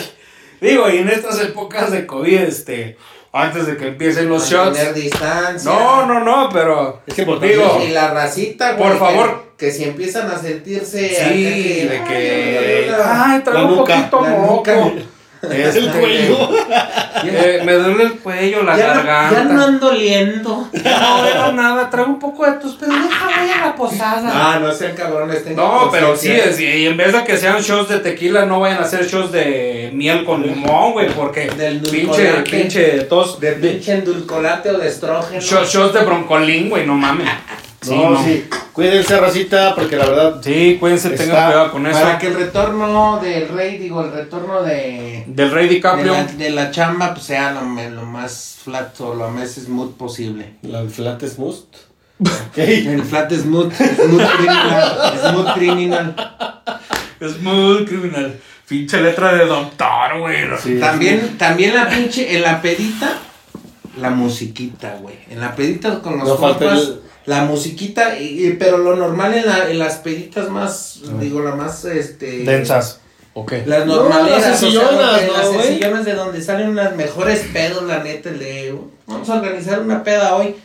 Digo, y en estas épocas de COVID, este, antes de que empiecen los Mantener shots. distancia. No, no, no, pero. [laughs] Es importante. Digo, Y la racita, güey. Por que- favor. Que si empiezan a sentirse. acá Sí, de que. Ay, Ay, traigo La un nuca, poquito la moco. nuca. Este, El cuello. [laughs] eh, me duele el cuello, Ah, la ya, no- garganta. ya no ando oliendo. [laughs] No veo nada, traigo un poco de tus pero déjame ir a la posada. Ah, no sean cabrones. tengan No, pero sí, conciencia. es- y en vez de que sean shows de tequila, no vayan a hacer shows de miel con limón, güey, porque Del pinche, dulcorante. pinche tos. De pinche endulcolate o de estrógeno. Shows, shows de broncolín, güey, no [laughs] mames. Sí, No, no. sí. Cuídense, racita, porque la verdad. Sí, cuídense, Está tengan cuidado con eso. Para que el retorno del rey, digo, el retorno de. Del Rey De DiCaprio. la, de la chamba pues, sea lo, me- lo más flat o lo más smooth posible. La flat [laughs] es must. El flat smooth, smooth criminal, smooth criminal. Es muy criminal. Pinche letra de doctor, güey. Sí. También, también la pinche, en la pedita, la musiquita, güey. En la pedita con los No falta compas, el- la musiquita, y- y- pero lo normal en, la- en las peditas más, digo, la más, este... ¿O qué? Las No, las normaleras, o sea, sesillonas, donde- ¿no, las güey? sesillonas de donde salen las mejores pedos, la neta, el de vamos a organizar una peda hoy.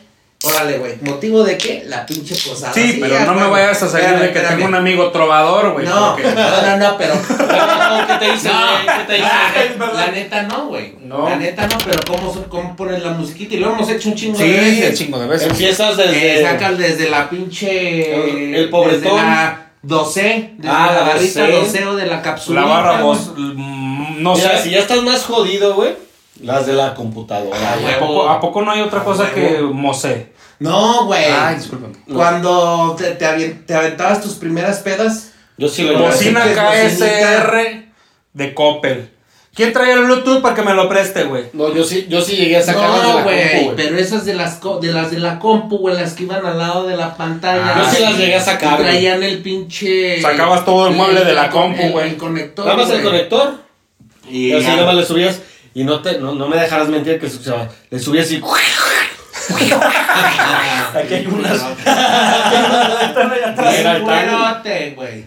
Órale, güey. ¿Motivo de qué? La pinche posada. Sí, pero ah, no me bueno. vayas a salir Espérame, de que espérame. tengo un amigo trovador, güey. No, [laughs] porque- no, no, no, pero. ¿Qué te dice, güey? ¿Qué te dice? Ah, güey? es verdad. La neta no, güey. No. La neta no, pero ¿cómo, su- cómo pones la musiquita? Y lo hemos hecho un chingo de Sí, el veces. chingo de veces. Empiezas Que desde. sacan desde la pinche. El- el pobretón. Desde la 12. Desde Ah, la la barrita 12. 12 o de la capsulita. La barra güey. vos, mm, no Mira, si sé. ya estás más jodido, güey. Las de la computadora, Ah, güey. güey. ¿A poco, a poco no hay otra cosa que Huevo. mosé? No, güey. Ay, discúlpame. Cuando te, te, avien- te aventabas tus primeras pedas. Yo sí lo Bocina Pinches KSR de Coppel. ¿Quién trae el Bluetooth para que me lo preste, güey? No, yo sí, yo sí llegué a sacar las de la No, güey. compu, güey. Pero esas de las, co- de las de la compu, güey, las que iban al lado de la pantalla. Ah, yo sí las llegué a sacar, Y Traían el pinche. Sacabas todo el mueble de la el- compu, el- güey. El conector. Nada más el güey. conector. Y Y así ya. nada más le subías. Y no, te, no, no me dejarás mentir que o sea, le subías y. Ah, [laughs] Aquí hay unas. Bien Era el tango. cuerote, güey.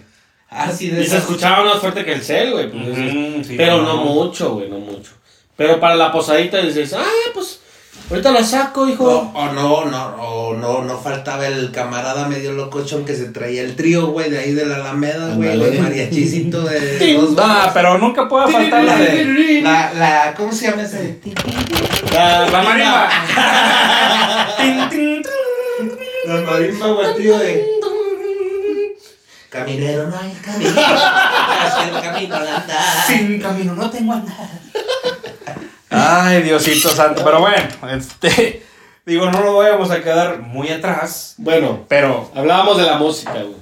Así de Y se esas- escuchaba más fuerte que el cel, güey. pues, Ujú, dices, sí, pero no. no mucho, güey, no mucho. Pero para la posadita dices, ah, pues, ahorita la saco, hijo. O, o no, no, o no, no faltaba el camarada medio locochón que se traía el trío, güey, de ahí de la Alameda, güey, Ándale. el mariachicito [laughs] de dos No, Ah, pero nunca puede faltar la de. La, la, ¿cómo se llama ese? La, La marimba. [laughs] Tin, tin, tin. La marimba, güey, el trío de... Caminero no hay camino, hacia el camino al andar. Sin camino no tengo andar. Ay, Diosito santo. Pero bueno, este. [laughs] Digo, no nos vayamos a quedar muy atrás. Bueno, Pero, hablábamos de la música, güey.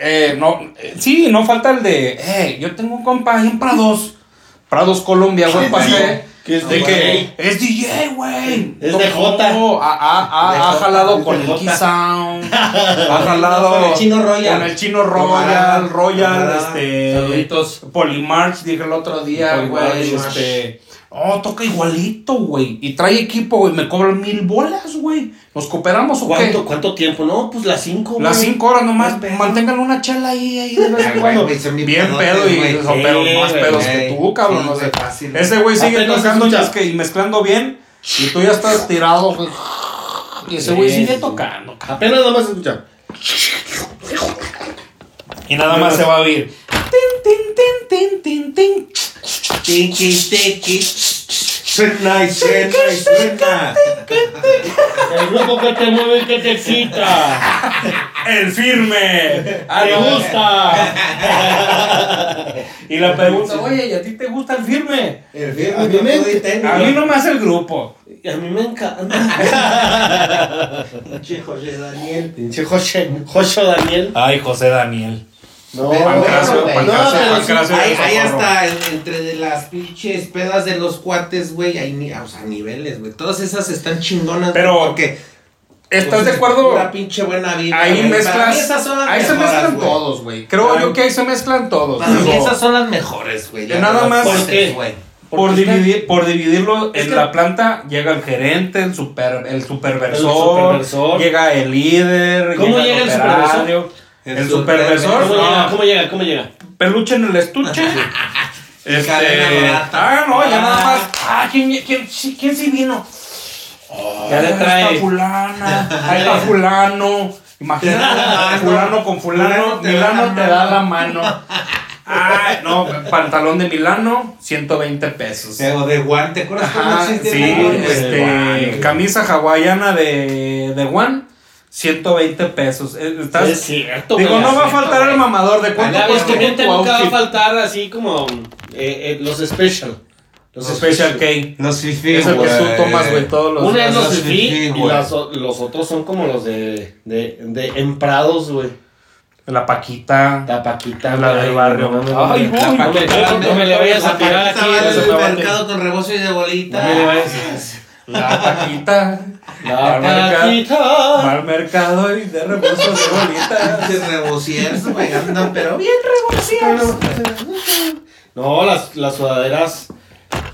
eh, no. eh, sí, no falta el de. Eh, yo tengo un compa ahí en Prados. Prados, Colombia, buen pasé. Que es De que DJ. es DJ, güey. Es de Jota. No, ha, ha- ha- De ha Jota, jalado es con de el Jota. [laughs] Key-Sound. Ha jalado Con el Chino Royal. Con el Chino Camarada, Royal, Royal, camarada. este. Saluditos. Polymarch, dije el otro día, Polymarch. güey. Este. Oh, toca igualito, güey. Y trae equipo, güey. Me cobran mil bolas, güey. ¿Nos cooperamos o ¿Cuánto, qué? ¿Cuánto tiempo? No, pues las cinco, Las güey. cinco horas nomás. Más pedo. Mantengan una chela ahí, ahí de vez en [laughs] Ay, cuando. güey, son bien Bien pedotes, pedo y güey. son pedos Sí, más güey. pedos que tú, cabrón. Sí, no sé. güey, fácil. Ese güey sigue Apenas tocando escucha. chasque y mezclando bien. Y tú ya estás tirado, güey. Y ese güey Sí, sigue sí. tocando, cabrón. Apenas nada más escuchar. Y nada más se va a oír. Tin, tin, tin, tin, tin, tin. Tiki, tiki. Suena y suena y suena. El grupo que te mueve y que te excita. El [laughs] firme. Te gusta. Y la pregunta, oye, ¿y a ti te gusta el firme? El A firme, mí yo me- todo y tengo. A mí nomás el grupo. Y a mí me encanta. Pinche José Daniel. Pinche José, José Daniel. Ay, José Daniel. No, Pancracio, güey. Pancracio, No, pero sí, Pancracio. Gracias, Ahí, por ahí favor. hasta en- entre de las pinches pedas de los cuates, güey, hay ni- o sea, niveles, güey. Todas esas están chingonas, güey, Pero, porque ¿Estás pues, de es acuerdo? pura pinche buena vida. Ahí güey. Para mí mezclas. esas son las Ahí se mejoras, mezclan güey. todos, güey. Creo Ay. yo que ahí se mezclan todos. Para mí digo, esas son las mejores, güey. las Nada de los más, cuates, ¿por qué? güey. por, porque está- dividir, por dividirlo Es en que- la planta, llega el gerente, el, super, el, superversor, El superversor. llega el líder. ¿Cómo llega el superversor? operario, El El superversor. Ah. ¿Cómo superversor. No. llega? ¿Cómo llega? ¿Cómo llega? peluche en el estuche. Este, Cadena barata. ah, no, ya Ah. nada más. Ah, ¿quién, quién, sí, quién sí vino? Oh, Ya le trae. Ahí está fulana, [laughs] ahí está fulano. Te da la Imagínate, mano. fulano con fulano, Fulano te da Milano la te da la mano. Ah, no, pantalón de Milano, 120 pesos. O de Juan, ¿te acuerdas cuando Ajá, existía sí, el Juan, güey? este, Guan. camisa hawaiana de, de Juan, 120 pesos. Eh, ¿Estás? Es cierto, Digo, güey, no va a así. faltar el mamador de cuánto La ¿Cuánto costó vestimenta vestimenta tu nunca va a outfit? faltar así como eh, eh, los special. Los Special K. Los fifí, Es el que tú güey. tomas, güey, todos los Una es días. los los fifí fifí, y güey. las o- los otros son como los de, de, de emprados, güey. La Paquita. La paquita. La del güey, barrio. no, no, no, Ay, no, güey, no me- güey, no me- No me le vayas a tirar aquí. no Estaba se en te el va a tirar. mercado con rebozo y de bolita. No me le vayas La Paquita. La merca- Va paquita. al mercado y de reposo de bolita. De Ah, rebociers, güey, andan, pero bien rebociers. No, las, las sudaderas.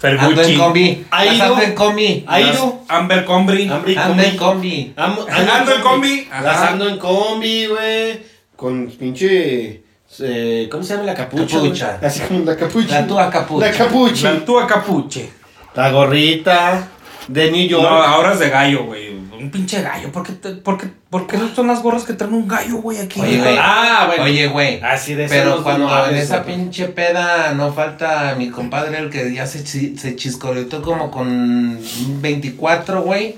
Ando en combi. Ahí Las Ando no. en combi. Ahí Las no. Amber Combri. Hambre y Ando en combi. combi. Am- Ando en combi. Las Ajá. ando en combi, güey. Con pinche eh, ¿Cómo se llama la capucha? güey? Capucha. Así como la capucha. La tua capucha. La capucha. La Tua Capuche. La gorrita de New York. No, ahora es de gallo, güey. Un pinche gallo. ¿Por qué, te- por qué- por qué son las gorras que traen un gallo, güey, aquí? Oye, güey. Ah, bueno. Oye, güey. Así de Pero esos cuando lugares, en esa güey. pinche peda no falta mi compadre, el que ya se, chi- se chiscoreó como con un 24, güey.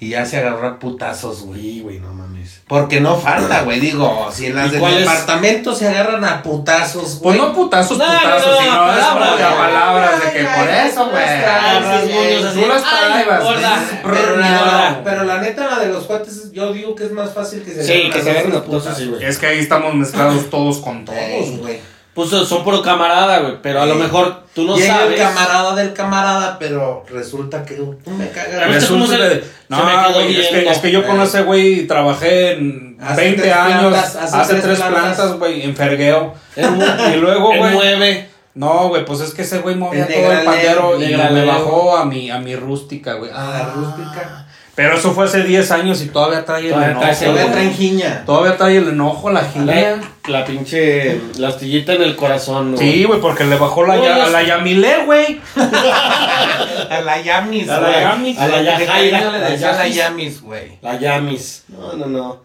Y ya se agarró a putazos, güey. Sí, güey, no mames. Porque no falta, güey. Digo, si en las ¿Y del cuál es? departamento se agarran a putazos, Pues güey. no putazos, No, no, putazos, no, sino es como palabras, que güey. palabras de que Ay, por ay, eso, tú güey. Ah, las traes, Tú güey. las Tú las traes, traes, gorda. dices, Pero gorda. la, pero la neta, la de los cuates, yo digo que es más fácil que se Sí, que se agarren a los putazos, sí, güey. Es que ahí estamos mezclados todos con todos, Ey, güey. güey. Pues son puro camarada, güey. Pero a lo Sí. mejor tú no y era sabes. el camarada del camarada, pero resulta que uh, me caga. A ver, Resulta ¿cómo se le- que- se No, me quedó güey, es que, viendo? es que yo con Eh. ese güey trabajé en Hace 20 tres años, plantas, hace hace tres tres plantas, plantas. güey, en fergueo. El mu- Y luego, el güey, nueve. no, güey, pues es que ese güey movía El todo el negraleo, pandero y negraleo. me bajó a mi, a mi rústica, güey. Ah, A la rústica. Pero eso fue hace 10 años y todavía trae el Todavía trae enojo. ese Se ve güey. tranjiña. Todavía trae el enojo, la La, gilea. la pinche. La astillita en el corazón, güey. Sí, güey, porque le bajó la, ya- a la Yamilé, güey. A la Yamis, A la güey. Yamis. A la Yajaira. Yo le La decía a la Yajaira. Yamis, güey. La Yamis. No, no, no.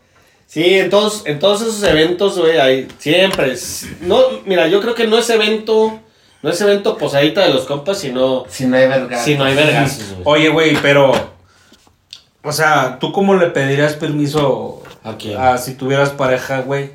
Sí, en todos, en todos esos eventos, güey, hay siempre. es- No, mira, yo creo que no es evento, no es evento posadita de los compas, sino Si no hay verga. si no hay vergas. Oye, güey, pero. O sea, ¿tú cómo le pedirías permiso ¿A quién? a si tuvieras pareja, güey?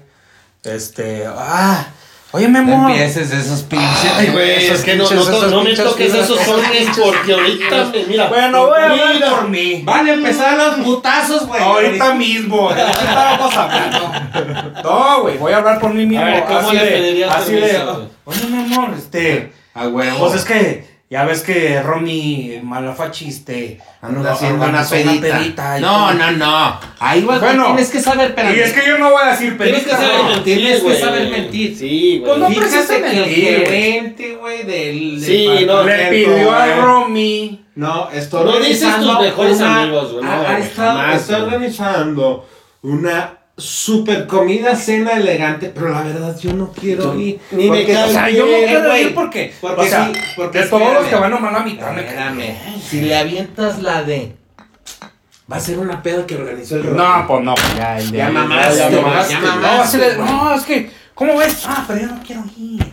Este. ¡Ah! Oye, Memo. No empieces esos pinches. Ay, güey, Esas es que no, no, pinches- to- esas no me pinches toques fibras. esos sones porque ahorita me, mira. Bueno, voy a hablar mira, por mí. Van a empezar los putazos, güey. Ahorita mismo. de qué estábamos hablando? No, güey, voy a hablar por mí mismo. ver, ¿cómo así le de- pedirías así de, permiso, güey? Oye, mi amor, este. A huevo. Pues es que. Ya ves que Ronnie Malafachi, este. Anda haciendo organizó una pedita. y no, todo. no, no. Ahí, güey, Bueno. tienes que saber, pero. Y es que yo no voy a decir Tienes que pedita, saber no. mentir, tienes que güey. saber mentir. Sí, Pues güey. no Fíjate precisaste que el mentir. gerente, güey, del. Sí, del no, Le departamento, pidió a güey. Romy. No, estoy No dices organizando tus mejores una- amigos, güey, no, Ah, güey, está- jamás, estoy güey. organizando una super comida, cena elegante, pero la verdad yo no quiero ir. ni me porque- cae O sea, yo no Bien, quiero güey, ir porque, porque o sea, sí, porque de todos los espérame. que van a la mitad me cae. Espérame, si le avientas la de. Va a ser una peda que organizó el No, pues no. Ya, Ya mamaste, ya güey, mamaste. ya No, así mamaste. de- no, es que, ¿cómo ves? Ah, pero yo no quiero ir.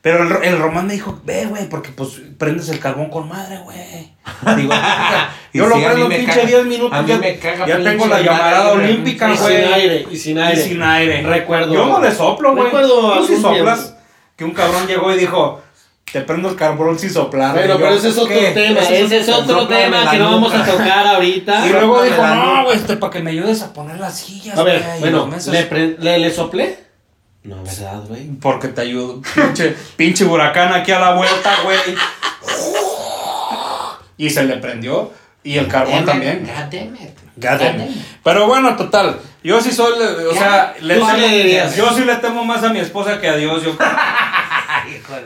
Pero el, el Román me dijo, ve, güey, porque pues prendes el carbón con madre, güey. [laughs] Digo, [laughs] Y yo sí, lo a mí prendo me pinche caga. 10 minutos. A mí ya me caga ya pinche tengo la madre, llamarada güey. olímpica, Y sin güey. aire, y sin aire. Y sin aire. Recuerdo. Yo no le soplo, güey. Recuerdo Tú sí algún soplas. tiempo. Que un cabrón llegó y dijo, te prendo el carbón sin soplar. Bueno, Y yo, pero ese es otro ¿qué? tema. Ese es otro Sóplame tema la que no vamos [laughs] a nuca. tocar ahorita. Y luego dijo, Sóplame la nuca. no, güey, este, para que me ayudes a poner las sillas, A ver, güey, y las bueno, mesas". ¿le, pre- le, le soplé? No, ¿verdad, güey? Porque te ayudo. Pinche, pinche huracán aquí a la vuelta, güey. Y se le prendió. Y el carbón también. Gaten. Pero bueno, total. Yo sí soy. le- O sea, le Tú sí temo- le dirías. yo sí le temo más a mi esposa que a Dios. Yo.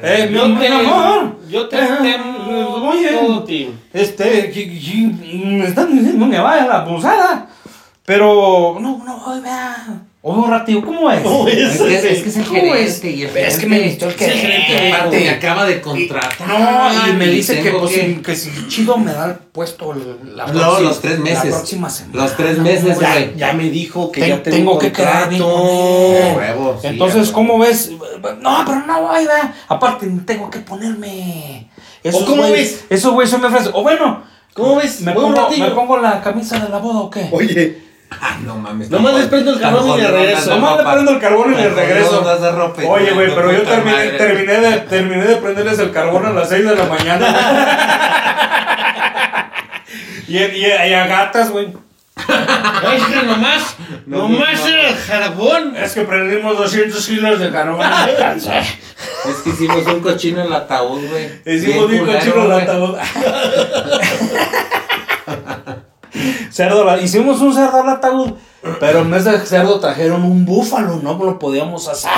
eh, mi, Yo mi te- amor. Yo te Ajá. temo Oye. todo, tío. Este, que- que- me están diciendo que vaya a la posada. Pero, no, no, voy, vea. Oye, un ratito, ¿cómo es? Es que, es que es el ¿Cómo es? gerente y el Es que me gerente- gustó el el gerente. gerente, aparte, güey. me acaba de contratar. No, y me dice que, tengo pues, si- que si chido me da el puesto el- la No, próxima- los tres La meses. próxima semana. Los tres meses, Ya, güey. Ya me dijo que Ten- ya tengo, tengo que contrato. quedar bien con él. A huevo, sí, Entonces, a huevo. ¿cómo ves? No, pero no voy, va. Aparte, tengo que ponerme. Esos ¿O cómo güeyes- ves? Esos güeyes son me ofrecen. O bueno, ¿Cómo ves? ¿me Voy un pongo, ratillo. ¿me pongo la camisa de la boda o qué? Oye, Ah, no mames. Nomás tan les prendo el tan carbón y le jodondas regreso. de Nomás le ropa. prendo el carbón y le Tan regreso. jodondas de ropa y Oye, güey, tu pero yo puta terminé, madre. terminé, de, terminé de prenderles el carbón a las 6 de la mañana. [laughs] y, y, y a gatas, güey. Es que nomás, No, nomás no. era el jarbón. Es que prendimos 200 kilos de [laughs] carbón. Es que hicimos un cochino en el ataúd, güey. Hicimos Bien bien culero, cochino el güey. [laughs] ataúd. cerdo, al- hicimos un cerdo al ataúd, pero en vez de cerdo trajeron un búfalo, no lo podíamos asar.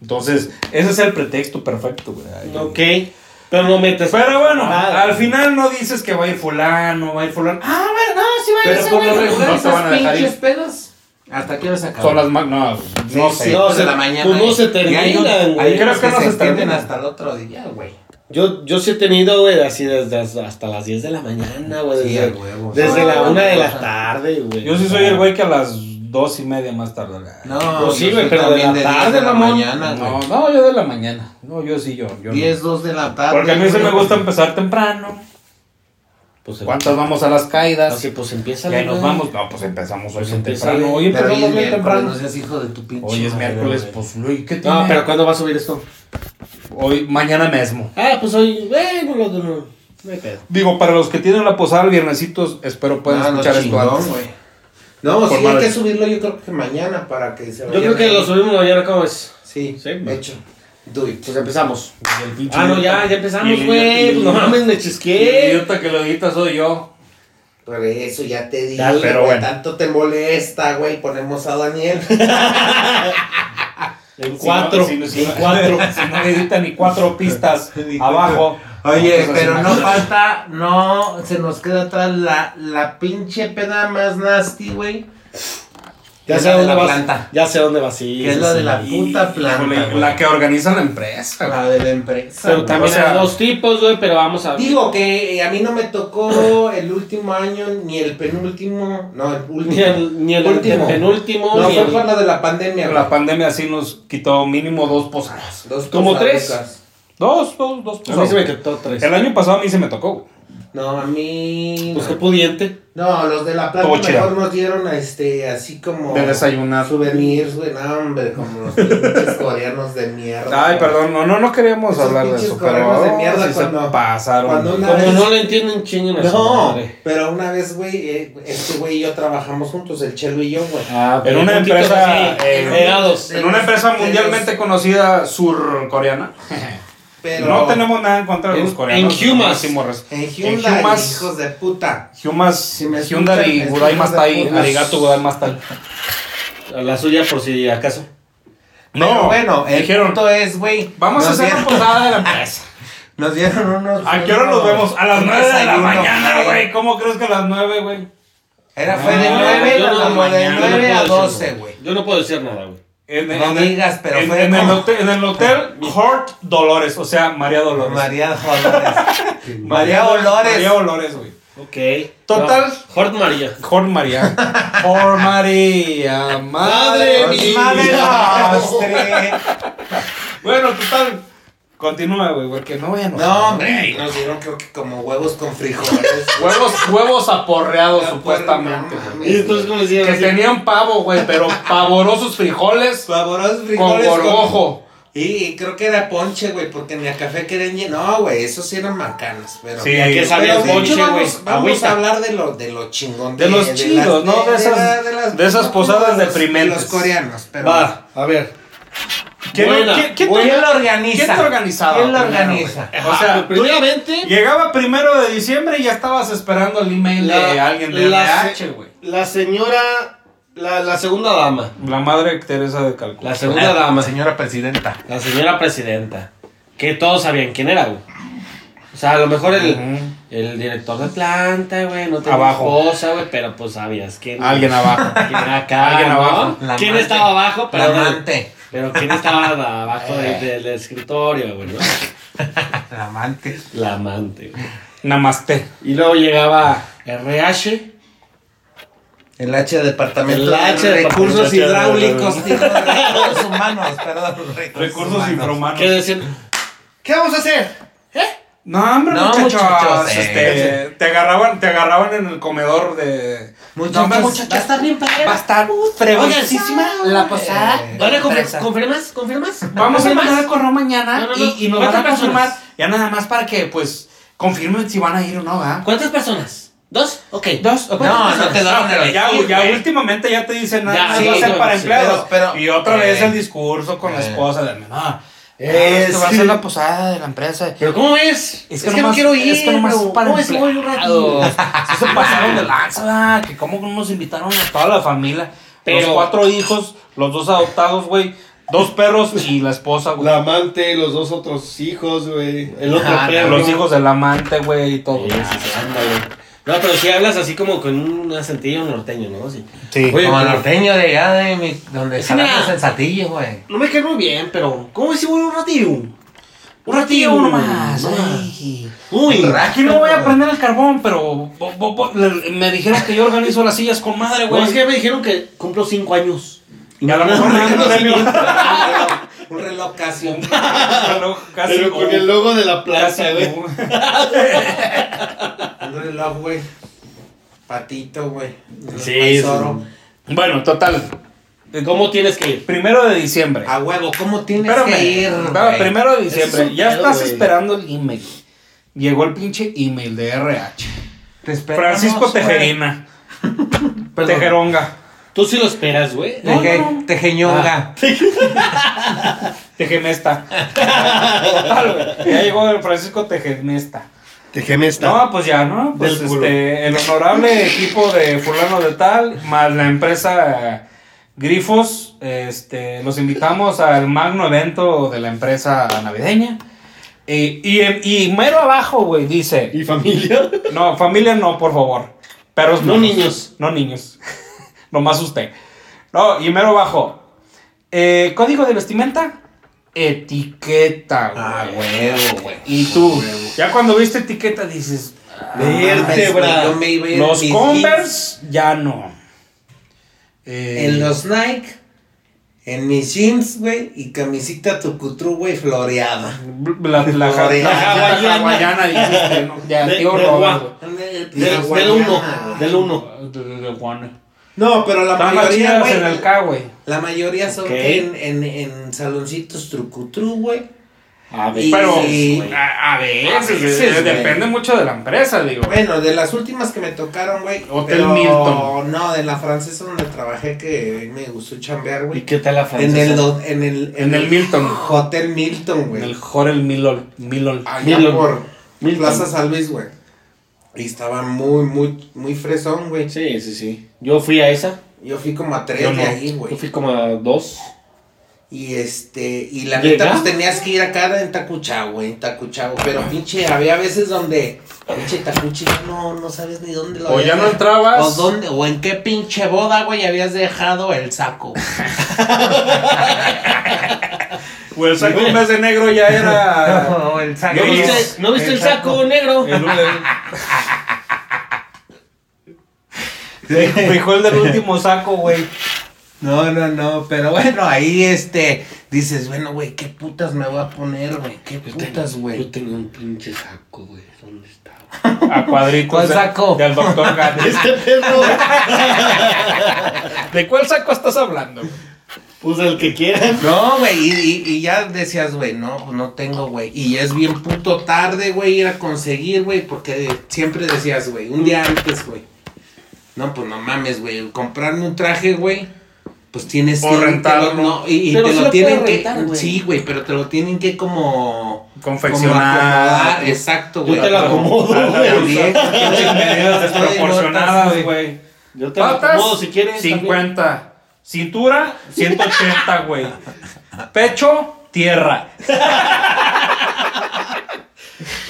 Entonces, ese es el pretexto perfecto, güey. Ay, ok. Pero no metes. Pero bueno, Nada. al final no dices que va a ir fulano, va a ir fulano. Ah, bueno, no, sí va a ir Pero ese por lo güey. regular No te van a esas dejar ir. pinches pedas ¿Hasta qué hora se acaba? Son las más. No, no sé. Seis no, de se- la mañana. pues no se y- y hay terminan, unos- güey. Hay Creo unos que que, no se se extienden terminan. hasta el otro día, güey. Yo, yo sí he tenido, güey, así desde as- hasta las 10 de la mañana, güey. Sí, desde a huevo. desde No, la no, 1 de no, la no. tarde, güey. Yo sí soy el güey que a las dos y media más tarde. No, Pues sí, yo güey, soy pero de también la diez tarde, de la mamón. mañana, no, güey. yo de la mañana. No, yo sí, yo. yo no. 10, 2 de la tarde. Porque a mí se güey. me gusta empezar temprano. Pues, ¿Cuántas vamos a las empieza- caídas? Así, pues empieza Y ahí la- nos vamos. No, pues empezamos hoy Pues bien empieza temprano. bien. Hoy Pero hoy empezamos es bien miércoles, no temprano. seas hijo de tu pinche. Hoy es madre, miércoles, güey. pues, uy, ¿qué tiene? No, pero ¿cuándo va a subir esto? Hoy, mañana mismo. Ah, pues hoy, güey, no, no, no, no hay pedo. Digo, para los que tienen la posada el viernesitos, espero puedan Ah, no, escuchar esto chingón, antes. güey. No, Por sí, hay madre. que subirlo yo creo que mañana para que se Yo creo que lo subimos mañana, ¿cómo es? Sí, Sí, güey. hecho. Do it. Pues empezamos. Y el pinche Ah, no, idiota- ya, ya y empezamos, el idiota- güey. y el Pues No idiota- mames, me y El chisqué. idiota que lo edita soy yo. Pero eso ya te dije, Dale, pero güey, bueno. tanto te molesta, güey, ponemos a Daniel. En Si cuatro. no- si no- si En no- [laughs] cuatro. Si no le editan ni [laughs] cuatro pistas abajo. Oye, Entonces, pero así no me- falta, no, se nos queda atrás la, la pinche peda más nasty, güey. Ya Es sé la a de dónde la vas. planta. Ya sé a dónde vas. sí, Que es sí, la de sí. la puta planta, Híjole, güey. La que organiza la empresa. güey. La de la empresa. Pero güey. también O sea- hay dos tipos, güey, pero vamos a Digo que eh, a mí no me tocó el último año, ni el penúltimo, no, el último. Ni el, ni el Último. penúltimo. no, ni fue el- por la de la pandemia, La güey. pandemia sí nos quitó mínimo dos posadas. Dos ¿Como posaducas. tres? Dos, dos, dos A mí posadas. se me quitó tres. El año pasado a mí se me tocó. güey. No, a mí. Pues qué no. pudiente. No, los de la planta Estuvo chida. mejor nos dieron este así como De desayunar. souvenirs, güey, no, hombre, como los pinches coreanos de mierda. Ay, perdón, no, no, no queríamos Esos hablar de pinches eso, pero coreanos de oh, mierda sí se cuando- pasaron. cuando una- Como vez- no le entienden, chinguen a su No, madre. pero una vez, güey, eh, este güey y yo trabajamos juntos, el Chelo y yo, güey. Ah, En pero una un poquito empresa, así, eh, pegados. En una empresa mundialmente conocida surcoreana. Pero No tenemos nada en contra de En- los coreanos. en Humas. no hicimos res- en en Hyundai, Hyundai. hijos de puta. Hyumas, Si me escuchan, Hyundai y es Gudai hijos de Mastai, putas. Arigato Gudai Mastai. A la suya por si acaso. No, Pero bueno, el dijeron, punto es, güey. vamos a nos hacer una dieron- posada [laughs] de la empresa. Nos dieron unos. ¿A qué hora nos vemos? A las un 9 de la desayuno, mañana, güey. ¿Cómo crees que a las 9, güey? Era fue de No, 9 yo no, como de mañana, yo no 9 a puedo decir 12, nada. güey. Yo no puedo decir nada, güey. En, No en- digas, pero en, fue en el como- hotel, en el hotel Hort Dolores, o sea, María Dolores. María Dolores. [laughs] María Dolores. María Dolores, güey. Ok. Total. No, Hort María. Hort [laughs] María. Hort María, madre Madre mía. [laughs] mía. lastre. Bueno, total. Continúa, güey, porque no voy a enojar. No, hombre, y nos dieron creo que como huevos con frijoles. Huevos, huevos aporreados, supuestamente. No güey. mames, Y entonces, güey. ¿cómo decían? Que tenían pavo, güey, pero pavorosos frijoles Saborosos con frijoles. gorgojo. Y, y creo que era ponche, güey, porque ni a café querían llenar. No, güey, esos sí eran macanas, pero. Sí, ¿A qué sabía Pero el de hecho, ponche, güey? vamos, vamos a Agüita. hablar de lo, de lo chingón. De los chidos, ¿no? De esas- la- de esas posadas de los- deprimentes. de los coreanos, pero. Ah. Va, a ver. ¿Quién, Buena, quién- quién- buena. ¿Quién lo organiza? ¿Quién te organizaba? ¿Quién lo primero, organiza? güey? O sea, tú primeramente. llegaba primero de diciembre y ya estabas esperando el email de la- alguien de la RH, se- güey. La señora. La, la segunda dama. La madre Teresa de Calcuta. La segunda dama. Señora presidenta. La señora presidenta. Que todos sabían quién era, güey. O sea, a lo mejor el, Ujú. el director de planta, güey, no tenía Abajo. esposa, güey, pero pues sabías quién. Alguien abajo. quién era acá, Alguien ¿no? abajo. La ¿Quién amante. estaba abajo? Pero, La amante. pero ¿quién estaba [laughs] abajo de- de- del escritorio, güey? no? La amante. La amante, güey. Namaste. Y luego llegaba RH. El H de departamento. El H de de recursos departamento. hidráulicos. hijo de Recursos humanos, perdón. Recursos ¿Qué infrahumanos. decían? ¿Qué vamos a hacer? ¿Eh? No, hombre, No, muchachos. muchachos, este, te, agarraban, te agarraban en el comedor de. No, Pues Muchachos, hombre, va a estar bien padre. Va a estar fregoncísima la posada. Eh, Ahora, confer- Empresa. ¿confirmas? ¿Confirmas? Vamos a ¿Confirmas? mandar el correo mañana No, no, no. y, y nos van ¿Cuántas a confirmar. personas? Ya nada más para que, pues, confirmen si van a ir o no, ¿verdad? ¿Cuántas personas? ¿Dos? Ok. Dos o No, no te daban pero a ya, elegir, ya güey. últimamente ya te dicen nada Ya, más sí, va a ser güey, para sí. empleados. Pero- pero- y otra vez eh. el discurso con la Eh. esposa de no, Eh, es que va a sí. ser la posada de la empresa. ¿Pero cómo es? Es que, nomás, Es que nomás bro. para ¿Cómo es? Voy un ratito. empleados. [laughs] Sí se pasaron de lanza, ¿verdad? que como nos invitaron a toda la familia. Pero- Los cuatro hijos, los dos adoptados, güey. Dos perros y la esposa, güey. La amante, los dos otros hijos, güey. El otro Ah, perro. Los hijos del amante, güey, y todo. Sí, sí, sí, ándale. No, pero si hablas así como con un acentillo norteño, ¿no? Sí. Sí, Oye, como pero- norteño de allá de mi, donde Sí, salamos mira. el satillo, güey. No me cae muy bien, pero ¿cómo decimos un ratillo? Un ratillo nomás. Uy. Aquí no voy a prender el carbón, pero bo- bo- bo- le- me dijeron que yo organizo las sillas con madre, No, es Pues güey. que me dijeron que cumplo cinco años. Y a lo mejor me dan un premio. Un reloj Casio. Reloj casi Pero con o- el logo de la casi plaza, güey. o- Un reloj, güey. Patito, güey. Sí, Sí. Bueno, total. ¿Cómo tienes que ir? Primero de diciembre. A huevo, ¿cómo tienes Espérame, que ir? espérame, güey? primero de Ese es diciembre. un Ya pedo, estás güey. esperando el email. Llegó el pinche email de RH. Te esperamos, Francisco güey. Tejerina. [laughs] Perdón. Tejeronga. Tú sí lo esperas, güey. No, Teje- no, no. Tejeñonga. Ah. [laughs] Tejenesta. Total, güey. ya llegó el Francisco Tejenesta. Déjeme estar. No, pues ya, ¿no? Pues Del culo. este, el honorable equipo de fulano de tal, más la empresa Grifos, este, los invitamos al magno evento de la empresa navideña. Eh, y, en- y mero abajo, güey, dice, ¿Y familia? no, familia no, por favor. Perros No menos. niños. No niños. [laughs] Nomás usted. No, y mero abajo. eh, Código de vestimenta, etiqueta, güey. Ah, huevo, güey. Y tú, Ah, ya cuando viste etiqueta dices, "Ah, Vértebra. Yo me iba a ir en los mis Converse ya no. jeans, Eh, En los Nike. En mis jeans, güey. Y camisita tucutru, güey, floreada. la, la, la, Floreada. la hawaiana, dices que no, ya, De- tío de Robert. Del, del uno. Del uno. De- de Juana. No, pero la Están más mayoría, chidas güey. en el K, güey. La mayoría son Ok. en, en, en saloncitos trucutru, güey. A Y- Pero güey. a, a veces, A veces, eh, güey. depende mucho de la empresa, digo. Bueno, de las últimas que me tocaron, güey. Hotel pero Milton. No, de la francesa donde trabajé que me gustó chambear, ¿Y güey. qué tal la En francesa? el, do- en el. En el Milton. Hotel Milton, En el güey. Jorel Milol. Milol. Allá Milton. por Milton. Plaza San Luis, güey. Y estaba muy, muy, muy fresón, güey. Sí, sí, sí. Yo fui a esa. Yo fui como a tres Yo de no. ahí, güey. Yo fui como a dos. Y este, y la ¿Llega? neta, pues tenías que ir acá en Tacuchao, güey, en Tacuchao. Ah. Pero pinche, había veces donde, pinche Tacuchi, no, no sabes ni dónde lo O habías ya no dejado. entrabas. O dónde, o en qué pinche boda, güey, habías dejado el [laughs] saco. O el saco en vez de negro ya [laughs] Ah, era. No, el saco. ¿No Gris. viste, no viste el Exacto. saco negro? el, el- Dijo el del último saco, güey. No, no, no, pero bueno, ahí este, dices, bueno, güey, qué putas me voy a poner, güey, qué putas, güey. Yo tengo un pinche saco, güey. ¿Dónde está? A cuadritos. ¿Cuál de- saco? Del doctor [laughs] Gatti. Este perro. ¿De cuál saco estás hablando? Pues el que [laughs] quiera. No, güey, y, y- y ya decías, güey, no, pues no tengo, güey. Y es bien puto tarde, güey, ir a conseguir, güey, porque siempre decías, güey, un día antes, güey. No, pues no mames, güey, comprarme un traje, güey, pues tienes O que... rentarlo. te lo- no, y, y Pero te sí lo lo puedes tienen que... rentar, güey. sí, güey, pero te lo tienen que como... como Confeccionar. este, acomodar, exacto, Yo güey. Ah, te la acomodo, güey. [laughs] También, Pinches medidas desproporcionadas, Ay, güey. Yo te la acomodo Patas, si quieres. también. 50. Cintura, 180, güey. Pecho, tierra.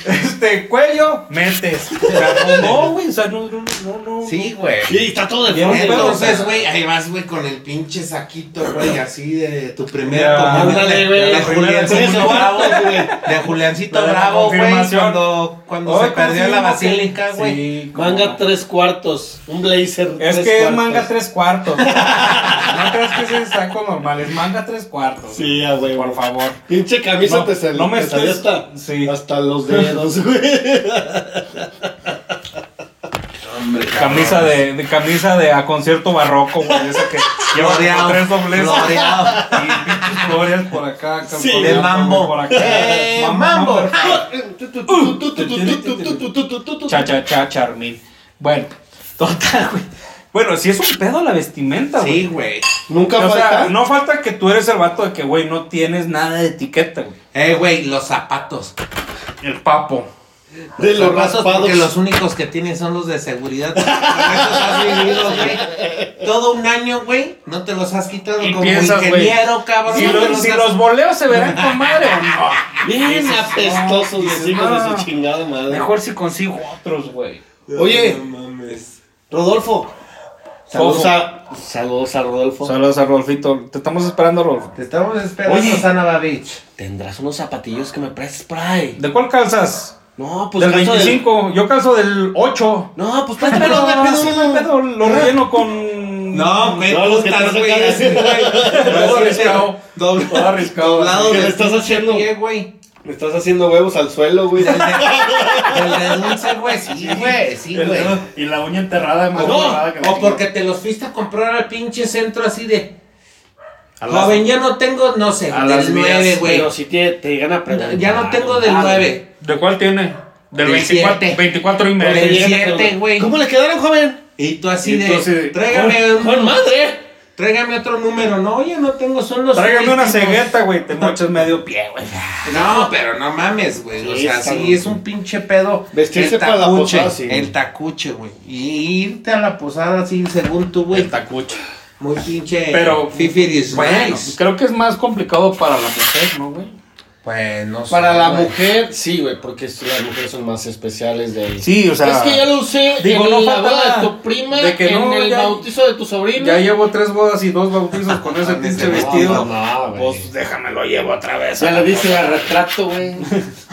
Este, cuello, mentes. O sea, no, no, güey. O sea, no, no, no, no. Sí, güey. Y está todo de Bien, fondo. Entonces, güey, ahí vas, güey, con el pinche saquito, güey, así de tu primera Ya, comunión. ándale, de- güey, de la Juliancito primera Bravo, [laughs] güey. De La Juliancito de la Bravo, güey, confirmación. cuando, cuando Hoy se perdió confirmo la que- basílica, Sí, güey. como- Manga tres cuartos. Un blazer. Es tres que es cuartos. manga tres [laughs] cuartos. no creas que es el saco normal, es manga tres cuartos. Sí, a huevo. Por favor. Pinche camisa No, te salió. no me te salió estés- hasta, sí. hasta los dedos, [laughs] güey. Camisa de, de- camisa de a concierto barroco, güey. Esa [laughs] que lleva Floreado, como tres dobleces. floreado. [laughs] Y pinches flores por acá, Sí, campo del blanco, mambo. Por acá. Eh, mambo. no, perfecto. Cha, Chacho. cha, cha, charmín. Bueno, total, güey. Bueno, si es un pedo la vestimenta, güey. Sí, güey. Nunca o sea, falta. no falta que tú eres el vato de que, güey, no tienes nada de etiqueta, güey. Eh, güey, los zapatos. El papo. de los zapatos raspados. porque los únicos que tienen son los de seguridad. Con esos has vivido, güey. Todo un año, güey, no te los has quitado Y como piensas, güey, ingeniero, cabrón. Si, no lo- te si has- los boleos se verán con madre o no. Bien apestosos los dices, hijos de no. su chingada madre. Mejor si consigo otros, güey. Oye. No mames. Rodolfo. Saludos a, saludos a Rodolfo. Saludos a Rolfito. Te estamos esperando, Rolfo. Te estamos esperando, Oye. Susana Babich. ¿Tendrás unos zapatillos que me prestes por ahí? ¿De cuál calzas? No, pues del calzo 25. Yo calzo del 8. No, pues préstamelo, No, me pido sí, uno. no hay pedo, Lo relleno con. No, güey, No, los que putas, te güey, sacan así, güey. Todo Doble- arriscado. doble- Todo arriscado. Doblado ¿Qué de le estás haciendo? Pie, güey. Me estás haciendo huevos al suelo, güey. El de dulce, güey. Sí, güey. Sí, güey. Y la uña enterrada más enterrada que la No, o chingada. porque te los fuiste a comprar al pinche centro así de. A las- Joven, ya no tengo, no sé, A las del 9, güey. Pero si te, te llegan a preguntar. Ya no tengo del 9. ¿De cuál tiene? Del Del 24, siete. 24 y Del medio. siete. güey. ¿Cómo le quedaron, joven? Y tú así Y tú así de. de, Tráigame un- Con madre. Tráigame otro número. No, oye, no tengo, son los. Tráigame una últimos. cegueta, güey. Te mochas medio pie, güey. No, pero no mames, güey. o Sí, sea, está sí, bien. es un pinche pedo. Vestirse el para la tacuche, posada, sí. El tacuche, güey. Y irte a la posada así, según tú, güey. tacucha. Muy pinche. Pero- Fifi is Bueno, nice. creo que es más complicado para la mujer, ¿no, güey? Pues no sé. Para la güey. mujer, sí, güey, porque es- las mujeres son más especiales de ahí. Sí, o sea. es que ya lo usé digo, en no la falta boda de la- tu prima, de que en no, el ya- bautizo de tu sobrino. Ya llevo tres bodas y dos bautizos con ese Mames, pinche no, vestido. no, no, güey. pues déjamelo llevo otra vez. Ya le dice a retrato, [laughs] güey.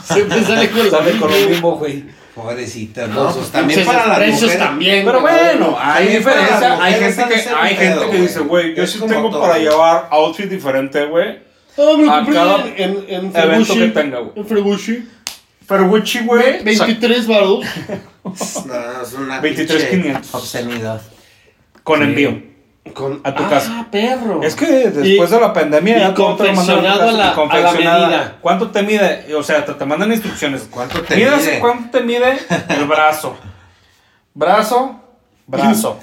Siempre sale con Sale con lo mismo, güey. Pobrecita, no. Pues Sus también pinches para la desprecios mujer. también. Pero güey. bueno, hay También para las diferencia. Hay mujeres gente ha de que, ser hay un gente pedo, que dice, güey. güey, yo Es sí como tengo todo, para güey. llevar outfit diferente, güey. Ah, me lo A compré cada en, en, en evento Fergucci, que tenga, güey. En Fergucci. Fergucci, güey. sa- 23 varos. [laughs] No, es una 23,500. pinche Obscenidad. Con envío. Con, A tu casa. Ah, perro. Es que después Y- de la pandemia y ya todo te lo mandaron a tu confeccionado casa, a la- a la medida. ¿Cuánto te mide? O sea, te, te mandan instrucciones. ¿Cuánto te Midas, mide? ¿Cuánto te mide el brazo? Brazo, brazo.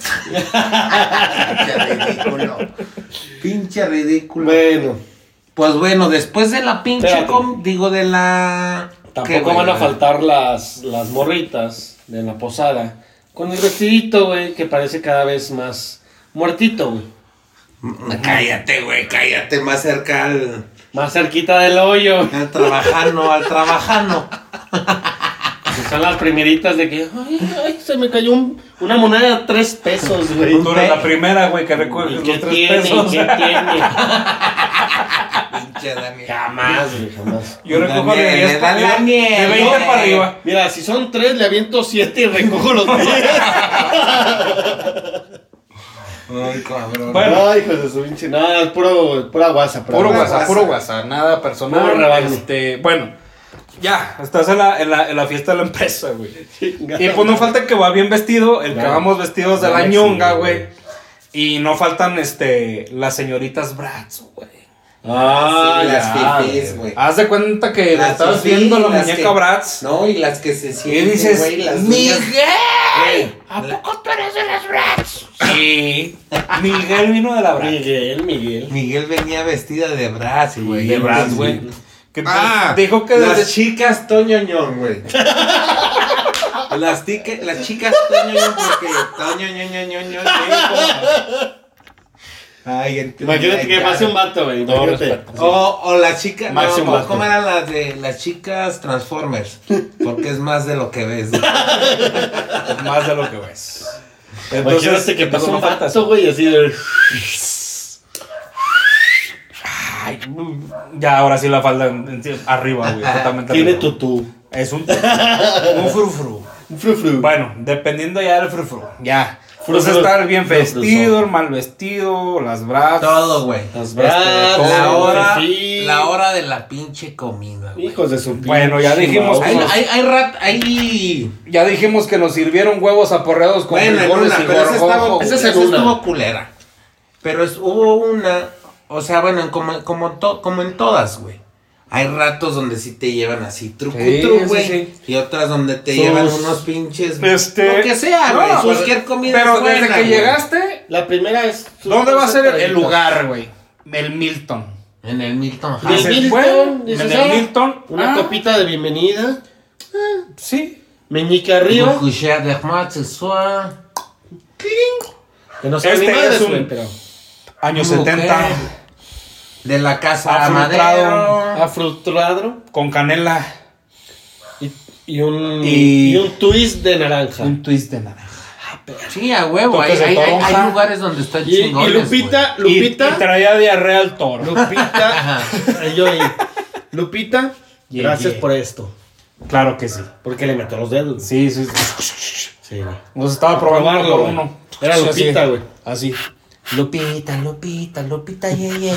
Pinche [laughs] ridículo. pinche ridículo. Bueno. Pues bueno, después de la pinche Espérate. com, digo de la. ¿Qué, ¿eh? Tampoco güey? van a faltar las, las morritas de la posada. Con el vestidito, güey, que parece cada vez más muertito, güey. Cállate, güey, cállate más cerca al, Más cerquita del hoyo. al trabajano, al trabajano. Que Son las primeritas de que, ay, ay, se me cayó un- una moneda de tres pesos, güey. Tú eres la primera, güey, que recuerdes ¿Y los ¿Qué tres tiene? pesos. ¿Qué tiene? Pinche Dani. Jamás, güey, jamás. [laughs] Yo recojo de Daniel, 10 para arriba. Daniel, De 20 para güey. arriba. Mira, si son tres, le aviento siete y recojo los tres. Ay, cabrón. Bueno. Ay, hijo de su pinche. No, es puro, pura guasa. pura Puro guasa. WhatsApp, puro WhatsApp, nada personal. Puro rebaño. este, bueno, ya, estás en la, en la, en la fiesta de la empresa, güey. Chingada Y pues no falta que va bien vestido, el que Claro. vamos vestidos de la Claro, ñonga, sí, güey. Y no faltan este las señoritas Bratz, güey. Ah, Sí, ya, las fifís, güey. güey. Haz de cuenta que le Las estás fifís, viendo la las muñeca que- Bratz. No, y las que se Y sienten, dices, güey, las uñas- ¡Miguel! Güey, ¿A poco tú eres de las Bratz? Sí. Miguel vino de la Bratz. Miguel, Miguel. Miguel venía vestida de Bratz, güey. De Bratz, güey. Que Ah, dijo que las desde chicas Toño Ñon, [laughs] güey. las, tique- las chicas Toño Ñon, porque Toño Ñon, Ñon, Ñon, Ñon, [laughs] Ñon. Ay, entendí. Imagínate que Ay, pase ya. un vato, güey. Todo Imagínate. respeto. O, o las chicas, no, Máximo ¿cómo- acto. ¿cómo eran las de las chicas Transformers? Porque es más de lo que [laughs] ves. güey. [laughs] más de lo que ves. Imagínate que pase pasó un vato, güey, así de. Ay, ya ahora sí la falda en- en- arriba, [laughs] güey. Totalmente Tiene arriba. tutú. Es un, un frufru. Un frufru. Bueno, dependiendo ya del frufru. Ya. Frufru. Pues estar el bien Frufru, vestido, son. el mal vestido, las brazas. Todo, güey. Las Este, brazas. La todo, hora, sí. la hora de la pinche comida, güey. Hijos de su Bueno, ya pinche dijimos madre. Hay, hay, hay rat, hay. Ya dijimos que nos sirvieron huevos aporreados con Bueno, en frijoles una, y pero esa gorgojo. estaba, Esa es esa en una. estuvo culera. Pero es- hubo una, o sea, bueno, en como, como, en to- como en todas, güey. Hay ratos donde sí te llevan así, truco, Sí, sí, güey. sí. Y otras donde te Sus- llevan unos pinches. Este- Lo que sea, No, güey. no, cualquier comida. Pero es buena, desde que güey. llegaste, La primera es. ¿dónde va a ser el- el Traditas. lugar, güey? El Milton. En el Milton Del Dices, House. Milton, bueno, dices, en el ah, Milton, Una ah. copita de bienvenida. Sí. Meñique arriba. Un coucher de Ahmad Sessua. Que no Este sabe ni es madres, un- güey, pero. Años Ok. 70. De la casa Afiltrado. Madero. Afrutradro. Con canela. Y Y un, Y- y un twist de naranja. Un twist de naranja. Sí, a huevo. Hay, Toques de hay- hay- toronja. hay lugares donde están Y, y chingones. Lupita, Y- Lupita, Y, traía diarrea al toro. Lupita, yo ahí. Lupita, Yeah, gracias yeah. por esto. Claro que sí. Porque le metió los dedos. güey. Sí, sí. Sí, güey. Nos estaba probando uno probarlo, por güey. uno. Era Sí, Lupita, así. güey. Así. güey. Lupita, Lupita, Lupita, ye, ye.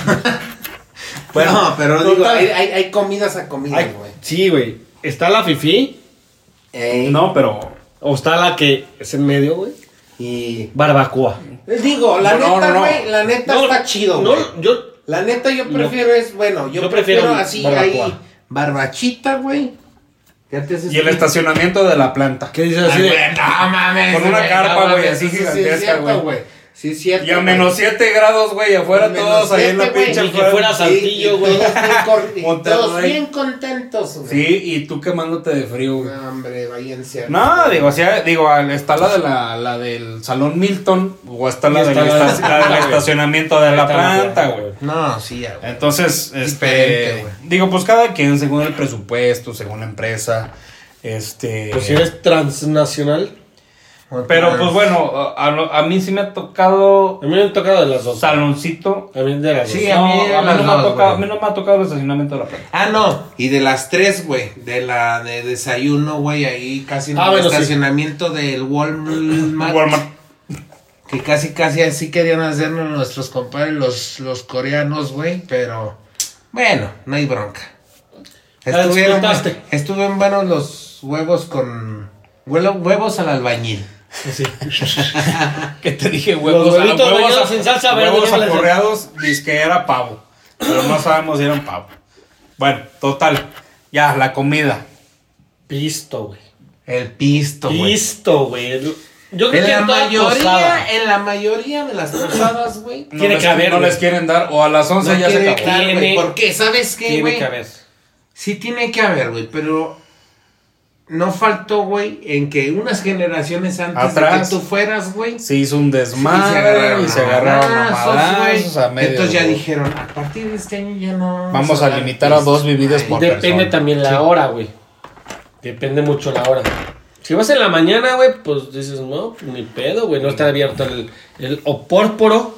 Bueno, no, pero digo, total. hay, hay, hay comidas a Ay, comidas, güey. Sí, güey. Está la fifi Ey, No, pero. o está la que es en medio, güey. Y. Barbacoa. Digo, la No, no, neta, no, no. güey, la neta No, está chido, No, güey. yo La neta yo prefiero es, bueno, yo, Yo prefiero, prefiero así barbacoa. ahí barbachita, güey. Ya te haces Y el un- estacionamiento de la planta. ¿Qué dices Ay, así? de- güey, no mames. Con una güey, carpa, no güey, mames. así Sí, sí, sí, es gigantesca, cierto, güey. güey. Sí, es cierto. Y a güey. menos 7 grados, güey, afuera Menos todos ahí en la siete, pinche güey. Y que fuera alfombra. Saltillo, Y- y güey. todos bien cor- [laughs] y Monterrey. Todos bien contentos, güey. Sí, y tú quemándote de frío, güey. No, hombre, váyanse. a- No, digo, sí, digo, al- está la de la, la del salón Milton, o está la Y del está la de la estaci- la del planta, güey. estacionamiento de la Está la planta, planta, güey. No, sí, a huevo. Entonces, Diferente, este, güey. digo, pues cada quien según el presupuesto, según la empresa, este, Pues si eres transnacional, pero pues bueno, a, a- a mí sí me ha tocado a mí me han tocado de las dos. saloncito. A mí de las Sí, dos. a No, mí a mí las no me ha dos, tocado, a güey. mí no me ha tocado el estacionamiento de la planta. Ah, no. Y de las tres, güey, de la de desayuno, güey, ahí casi en Ah, el bueno, sí. estacionamiento del [laughs] Walmart, Walmart. Que casi, casi así querían hacernos nuestros compadres, los, los coreanos, güey, pero bueno, no hay bronca. La Estuvieron, explotaste. estuvieron buenos los huevos con... huelo- Huevos al albañil. Que te dije Los huevos, a- huevitos huevos, rellenos a- sin salsa verde, huevos llámales. aporreados, dice que era pavo, pero no sabemos si eran pavo. Bueno, total, ya, la comida. Pisto, güey. El pisto, güey. Pisto, güey. Yo creo En que la en toda posada. mayoría, en la mayoría de las posadas, güey. No Tiene les- que haber, No güey. les quieren dar, o a las 11 No ya se tiene acabó. que haber, güey, Tiene- Porque, ¿sabes qué, Tiene este, güey? que haber. Sí tiene que haber, güey, pero no faltó, güey, en que unas generaciones antes de Atrás. que tú fueras, güey, Se hizo un sí desmadre y se agarraron a madrazos, madrazos güey. a medio. Entonces ya güey. dijeron, a partir de este año ya no Vamos a dar limitar a fiesta". dos bebidas Ay, por Depende persona. también la hora, güey. Depende mucho la hora. Si vas en la mañana, güey, pues dices, no, pues, ni pedo, güey. No está abierto el, el opórporo.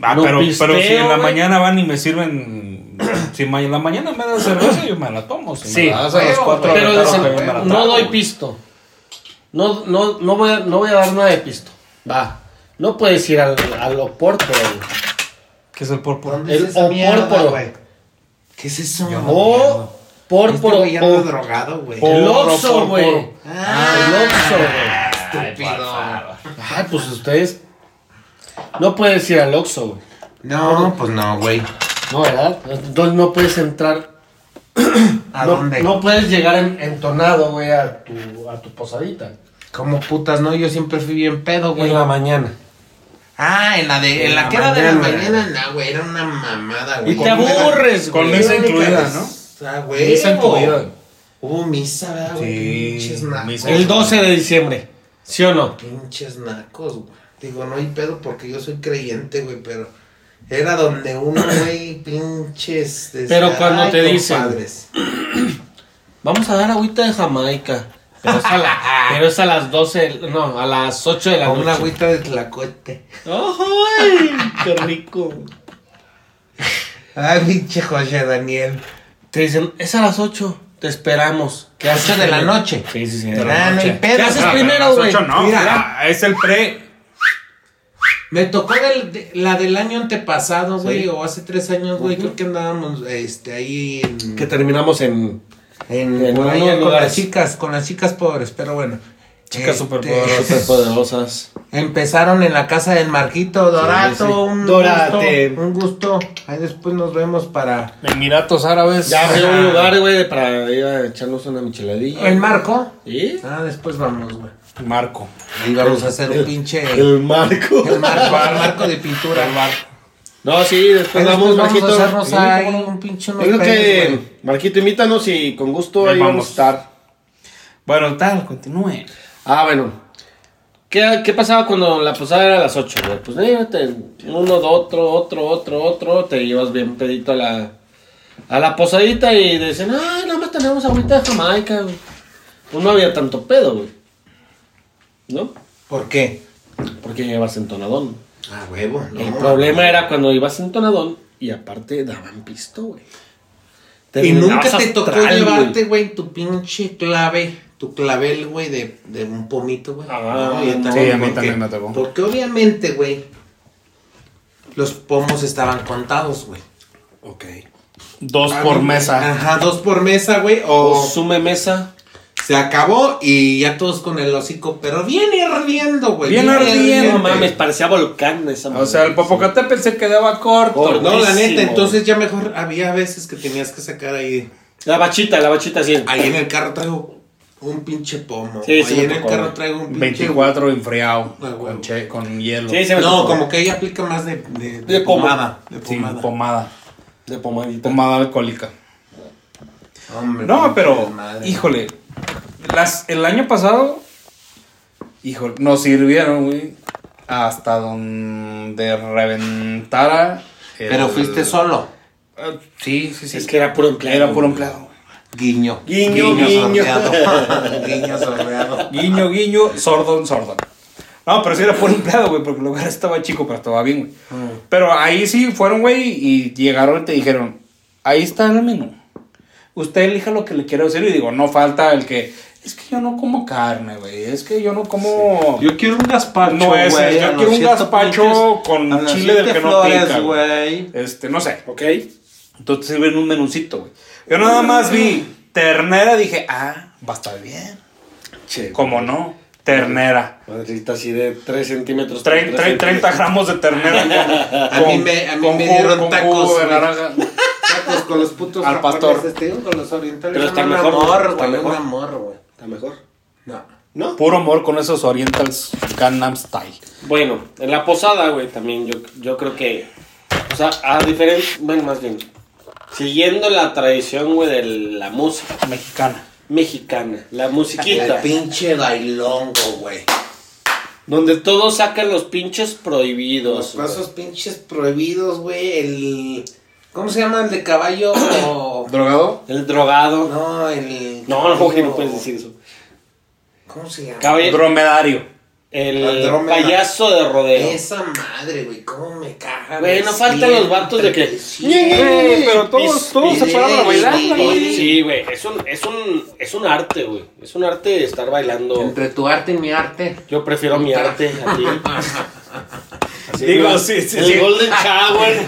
Ah, Lo pero, pero si en pisteo, la güey. mañana van y me sirven. [clears throat] Si ma- en la mañana me dan cerveza, yo me la tomo. Si Sí, me la das a las pero- 4 de Pero la tarde, dicen, yo me la no trago, doy güey. pisto. No, no, no, voy a, no voy a dar nada de pisto. Va. No puedes ir al, al opórporo, güey. ¿Qué es el púrpura? ¿Dónde es El esa mierda, opórporo. güey? ¿Qué es eso? O Este pórporo. güey ya anda o- drogado, güey. por- el Pórporo, oxo, güey. pórporo. Ah, el Oxxo, güey. Estúpido. Ay, pues ustedes. No puedes ir al Oxxo, güey. No, pues no, güey. No, ¿verdad? Entonces no puedes entrar. ¿A no, dónde? no puedes llegar en- entonado, güey, a tu, a tu posadita. Como putas, no, yo siempre fui bien pedo, güey. En la mañana. Ah, en la de, en, En la, la que era de la mañana. mañana, no, güey, era una mamada, güey. Y te aburres, con güey. mesa incluida, ¿no? Ah, güey. Misa incluida. Hubo misa, ¿verdad, güey? Sí, Pinches nacos. misa. El 12 de diciembre. ¿Sí o no? Pinches nacos, güey. Digo, no hay pedo porque yo soy creyente, güey, pero era donde uno, güey, pinches. decía, Pero cuando "Ay, te dicen, compadres". Vamos a dar agüita de Jamaica. Pero es a, la- [laughs] pero es a las 12, del- no, a las 8 de la O una noche. agüita de tlacote. ¡Ay! ¡Qué rico! Ay, pinche José Daniel. Te dicen, es a las 8. Te esperamos. ¿Qué Ocho de la noche. Sí, sí, sí. de la Ah, no noche. hay pedo. ¿Qué haces Ah, pero primero, a las güey? ocho no. Mira. Ah, es el pre. Me tocó del- de- la del año antepasado, güey, Sí. o hace tres años, güey, creo que andábamos este, ahí en, Que terminamos en en, en por ahí unos con lugares. las chicas, con las chicas pobres, pero bueno. Chicas Este, superpoderosas. Superpoderosas. [laughs] Empezaron en la casa del Marquito Dorato, sí. un Dorate. gusto, un gusto. Ahí después nos vemos para Emiratos Árabes. Ya fue un lugar, güey, para ir a echarnos una micheladilla. el Marco. ¿Sí? Ah, después vamos, güey. Marco. Ahí vamos a hacer un pinche el, El marco. marco, el marco de pintura. El barco. No, sí, después Ahí vamos, después vamos a Marquito. hacernos Sí, ahí cómo no. un pinche Yo unos creo penes, güey. que, Marquito, invítanos y con gusto Ahí ahí vamos vamos. a estar. Bueno, tal, continúe. Ah, bueno. ¿Qué, qué pasaba cuando la posada era a las 8, güey? Pues eh, te- uno, de otro, otro, otro, otro, te ibas bien pedito a la, a la posadita y decían, ah, nada más tenemos agüita de Jamaica, güey. no había tanto pedo, güey. ¿No? ¿Por qué? Porque ya ibas entonadón. Ah, huevo. no. El problema era cuando ibas entonadón y aparte daban pisto, güey. Y Terminabas nunca te astral, tocó güey. llevarte, güey, tu pinche clave, tu clavel, güey, de, de un pomito, güey. Ah, No, yo sí, a mí porque- también me tocó. Porque obviamente, güey, los pomos estaban contados, güey. Ok. Dos por mesa. Ajá, dos por mesa, güey, o O sume mesa. se acabó y ya todos con el hocico, pero bien hirviendo, güey. Bien ardiendo, No mames, parecía volcán esa O sea, el Popocatépetl se quedaba corto. Corto. No, la Buenísimo. neta, entonces ya mejor había veces que tenías que sacar ahí. La bachita, la bachita así. Ahí en el carro traigo un pinche pomo. Sí, sí ahí me en el tocó, carro güey. traigo un pinche 24 enfriado. Ah, huevo. Con, che- con hielo. Sí, se me No, tocó. como que ella aplica más de, de, de De pomo. pomada. De Sí, pomada. pomada. De pomadita. Pomada alcohólica. Hombre, No, puta pero, madre. híjole, las, el año pasado, híjole, nos sirvieron, güey, hasta donde reventara. el- Pero fuiste solo. Ah, sí, sí, sí. Es que era puro empleado. Era puro empleado. Guiño. Guiño, guiño. [laughs] sordeado. guiño sordeado. Guiño, guiño, sordón, sordón. No, pero sí era puro empleado, güey, porque el lugar estaba chico, pero estaba bien, güey. Mm. Pero ahí sí fueron, güey, y llegaron y te dijeron, ahí está el menú. Usted elija lo que le quiera hacer y digo, no falta el que, es que yo no como carne, güey, es que yo no como... Yo quiero un gazpacho, No, güey. ese, yo a los quiero un siete gazpacho pinches- con a las chile del siete que no flores, pica, güey. güey. Este, no sé. Ok. Entonces te sirven un menucito, güey. Yo nada más vi ternera, dije, ah, va a estar bien. Che. ¿Cómo no? Ternera. Madrecita así de 3 centímetros. por Tre- tres tre- 30 [laughs] centímetros. gramos de ternera. A mí me- a mí con me jugo- dieron con tacos, jugo de güey. naranja. Tacos pues, con los putos Ah. Al japoneses, pastor. te este, digo, con los orientales. Pero está un mejor, amor, está güey, mejor. Un amor, güey. Está mejor. No. ¿No? Puro amor con esos Orientals Gangnam Style. Bueno, en la posada, güey, también yo, yo creo que. O sea, a diferencia. Bueno, más bien. Siguiendo la tradición, güey, de la música Mexicana. mexicana. La musiquita. El pinche bailongo, güey. Donde todos sacan los pinches prohibidos. Los güey. pasos pinches prohibidos, güey. El. ¿Cómo se llama el de [clears throat] caballo? ¿Drogado? El drogado. No, no, el. no, Jorge, no puedes decir eso. ¿Cómo se llama? Cabello. Dromedario. El Andrómeda. payaso de rodeo. Esa madre, güey, cómo me cagan. Güey, no faltan los vatos de que- Eh, pero todos, todos se pararon a bailar, güey. Sí, güey, es un, es un, es un arte, güey. Es un arte estar bailando. Entre tu arte y mi arte. Yo prefiero mi arte a ti. Así Digo, que- sí, sí, El sí. Golden Shower.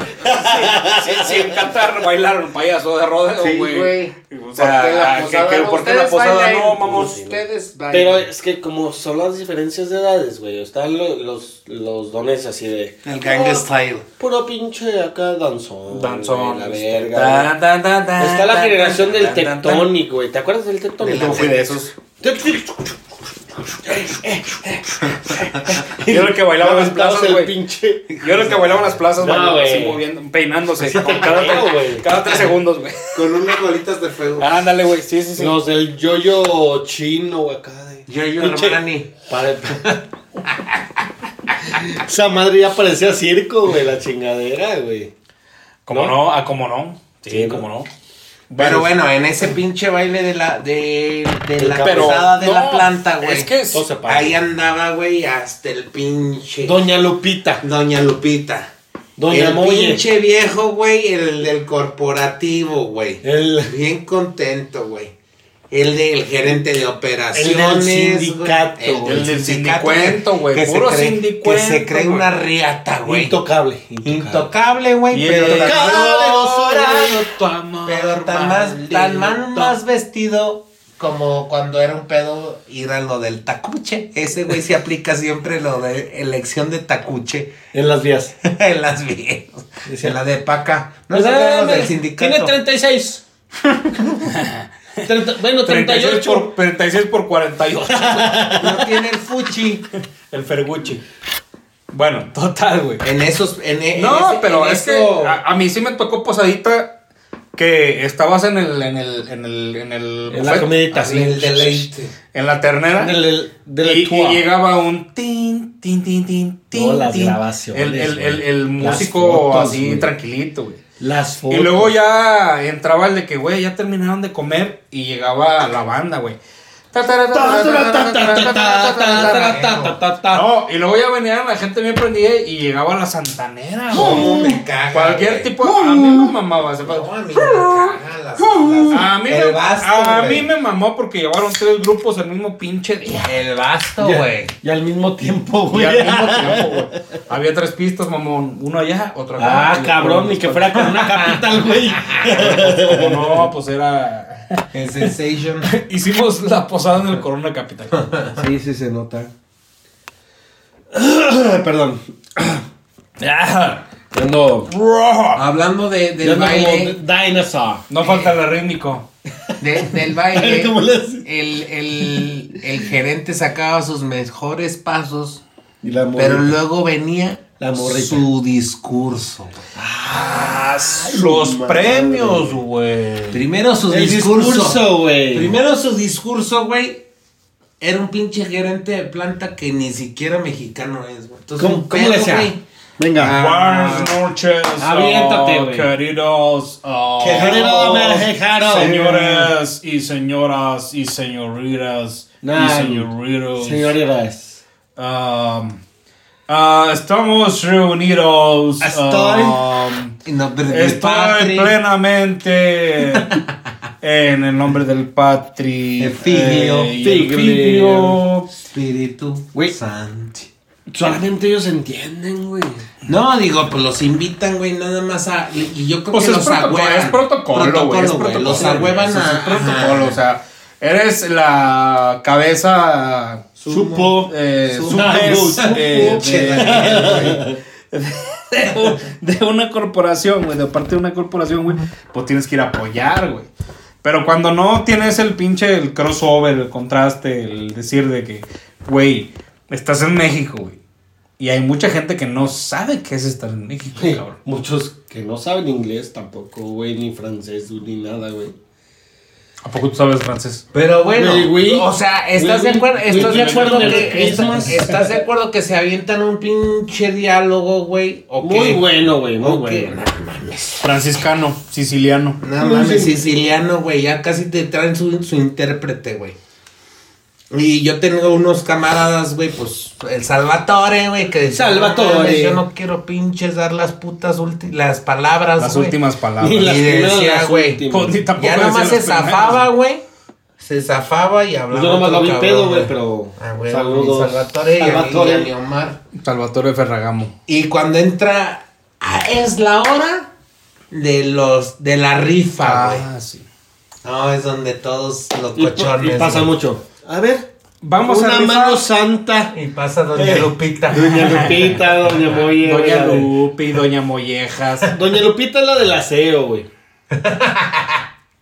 Sí, sí, en Qatar bailaron payaso de rodeo, güey. o Porque la sea, que- posada que- no, ¿por qué la ustedes posada bailen. no, vamos? Ustedes bailan. Pero es que como son las diferencias de edades, güey. Están lo- los, los dones así de. "Oh, El gang style. Puro pinche acá danzón. güey, Danzón. La este, verga. tan, tan, tan, tan, Está la tan, tan, generación del tan, tan, tan. Tectonic, güey. ¿Te acuerdas del De Tectonic? la Yo fui de esos. Yo lo que bailaba en las plazas, el güey. pinche. Yo lo que bailaba en las plazas, No, bailaba así güey. moviendo, peinándose. con cada, No, güey. tres, cada tres segundos, güey. Con unas bolitas de fuego. Ah, Ándale, güey. Sí, sí, sí. Los del yoyo chino, güey, acá de. Yo, yo, Pinche- Armani. Pare- [laughs] Esa madre ya parecía circo, güey, la chingadera, güey. ¿Cómo ¿No? no? Ah, ¿cómo no? Sí, ¿cómo no? Pero bueno, en ese pinche baile de la de, de la Pero- pesada de la no, planta, güey. Es que es- Todo se para. ahí andaba, güey, hasta el pinche Doña Lupita. Doña Lupita. Doña el Moye. pinche viejo, güey, el del corporativo, güey. El, Bien contento, güey. El del gerente de operaciones. güey. sindicato, güey. El del sindicato, sindicuento, güey. que se Puro cree- sindicuento, Que se cree güey. una riata, güey. intocable. Intocable, güey, Y pero intocable, tan- no soy Ahora, tu amor, Pero tan más, tan man- más vestido como cuando era un pedo ir a lo del tacuche. Ese güey se aplica siempre lo de elección de tacuche [laughs] En las vías. en las vías. En la de paca. No Pues, se ah, crean los mira, del sindicato. Tiene 36. Treinta- bueno, 36 38. por, 36 por 48. [laughs] [laughs] No tiene el fuchi. el Ferguchi. Bueno, total, güey. En esos. En, e, en No, ese- pero en es eso- que a, a mí sí me tocó posadita que estabas en el en el en el en el Ah, En la buffet, comidita, así, sí. El deleite. en la ternera Del- del ¿Ah? y, tour. y llegaba un tin tin tin tin tin. No, las tin. grabaciones, el, el, el, güey. el Las músico fotos, así güey. tranquilito, güey. Las Y fotos. luego ya entraba el de que, güey, ya terminaron de comer y llegaba la banda, güey. Tan, No, y luego ya venían la gente bien prendida y llegaba la santanera, güey. ¿Cómo [laughs] me caga? Cualquier güey? tipo. A mí me mamaba. se pa- No, a mí me cagan las- las- A mí, el me, vasto, a güey. mí me mamó porque llevaron tres grupos al mismo pinche día. El basto, Ya. güey. Y al mismo tiempo, Y güey. al [laughs] mismo tiempo, güey. Había tres pistas, mamón. Uno allá, otro acá. Ah, cabrón, ni que fuera con una capital, güey. Pues, como no, pues era. [laughs] El sensation. Hicimos la posada en el Corona Capital. Sí, sí se nota. Perdón. Ando. Hablando de, ya del ando como baile. dinosaur. No falta el rítmico. de- [laughs] del baile. [laughs] El, el, el gerente sacaba sus mejores pasos. Y la Pero morrita. luego venía La morrita. su discurso. güey. Los madre. premios, güey. Primero su El discurso. discurso, güey. Primero su discurso, güey. Era un pinche gerente de planta que ni siquiera mexicano es, güey. Entonces, ¿Cómo, un cómo pedo, le sea? güey. Ah. Venga. Buenas noches. Aviéntate, oh, güey. queridos. oh, Querido mexicano. Señores y señoras y señoritas Nah, y señoritos. Señor Ibáez. Um, ah, estamos reunidos. Estoy- um, En nombre del estoy Padre, [laughs] plenamente en el nombre del Patri. El Figlio. eh, y el Figlio. Figlio. Espíritu Güey. Santo. Solamente ellos entienden, güey. No, digo, pues los invitan, güey, nada más a. Y yo creo Pues que es los protocolo, agüevan. es protocolo, güey. es güey, Los protocolo, güey, agüevan es- a. Es protocolo, ajá. o sea, eres la cabeza. Supo. Eh, Supo. subes, Supo. eh, Che, de- Daniel, güey. [laughs] de una corporación, güey, de parte de una corporación, güey, pues tienes que ir a apoyar, güey. Pero cuando no tienes el pinche el crossover, el contraste, el decir de que, güey, estás en México, güey. Y hay mucha gente que no sabe qué es estar en México, cabrón. Muchos que no saben inglés tampoco, güey, ni francés, ni nada, güey. ¿A poco tú sabes francés? Pero bueno, Güey, güey. o sea, ¿estás Güey, de acuerdo? güey, ¿Estás güey, de güey, acuerdo güey, que güey, esta- Christmas. estás de acuerdo que se avientan un pinche diálogo, güey? ¿O Muy qué? bueno, güey, muy ¿O qué? bueno. Franciscano, siciliano. No mames, siciliano, güey. Ya casi te traen su, su intérprete, güey. Y yo tengo unos camaradas, güey, pues el Salvatore, güey, que dice, Salvatore. "No mames, Yo no quiero pinches dar las putas últimas, las palabras, Las güey". últimas [laughs] palabras. Ni Y [laughs] las primeras, decía, las güey, últimas. Pues, ni tampoco Ya decía nomás se las primeras. zafaba, güey. Se zafaba y hablaba. Pues yo nomás otro lo vi cabrón, pedo, güey, pero. Ah, güey, saludos. mi Salvatore, y a mí, Salvatore. y a mi Omar. Salvatore Ferragamo. Y cuando entra, ah, es la hora de los de la Ah, rifa, güey. sí. No, es donde todos los Y- cochones. y pasa güey. mucho. A ver, Vamos una a rifar- mano santa. Y pasa doña Eh, Lupita. Doña Lupita, Doña Moye. Doña la de- Lupe y Doña [laughs] Mollejas. Doña Lupita es la del aseo, güey.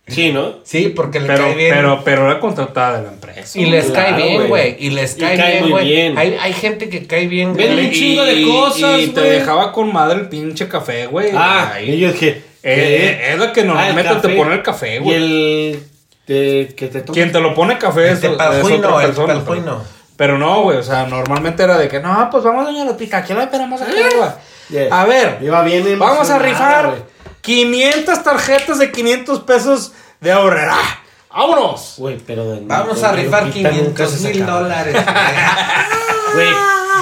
Sí, ¿no? [laughs] Sí, porque le Pero, cae bien. pero, pero era contratada de la empresa. y les Claro, cae bien, güey. güey. Y les Y cae, cae muy bien, güey. bien. Hay, hay gente que cae bien, Ven güey. un chingo de Y- cosas, Y te güey. dejaba con madre el pinche café, güey. Ah, Ay, y yo dije. eh, ¿qué? es la que normalmente Ah, el te café. pone el café, Y güey. el. te- que te toca. Quien te lo pone café es, Este El es paljuino, otra el persona. paljuino. pero, pero no, güey. O sea, normalmente era de que, no, pues vamos, doña Lupita, aquí la esperamos aquí [laughs] arriba. Yeah. A ver, Iba ¿eh? bien vamos a emocionada, rifar güey. 500 tarjetas de 500 pesos de ahorrera. ¡Vámonos! Güey, pero. doña- Vamos a doña rifar Lupita nunca 500 se mil sacaba. [laughs] dólares. Güey,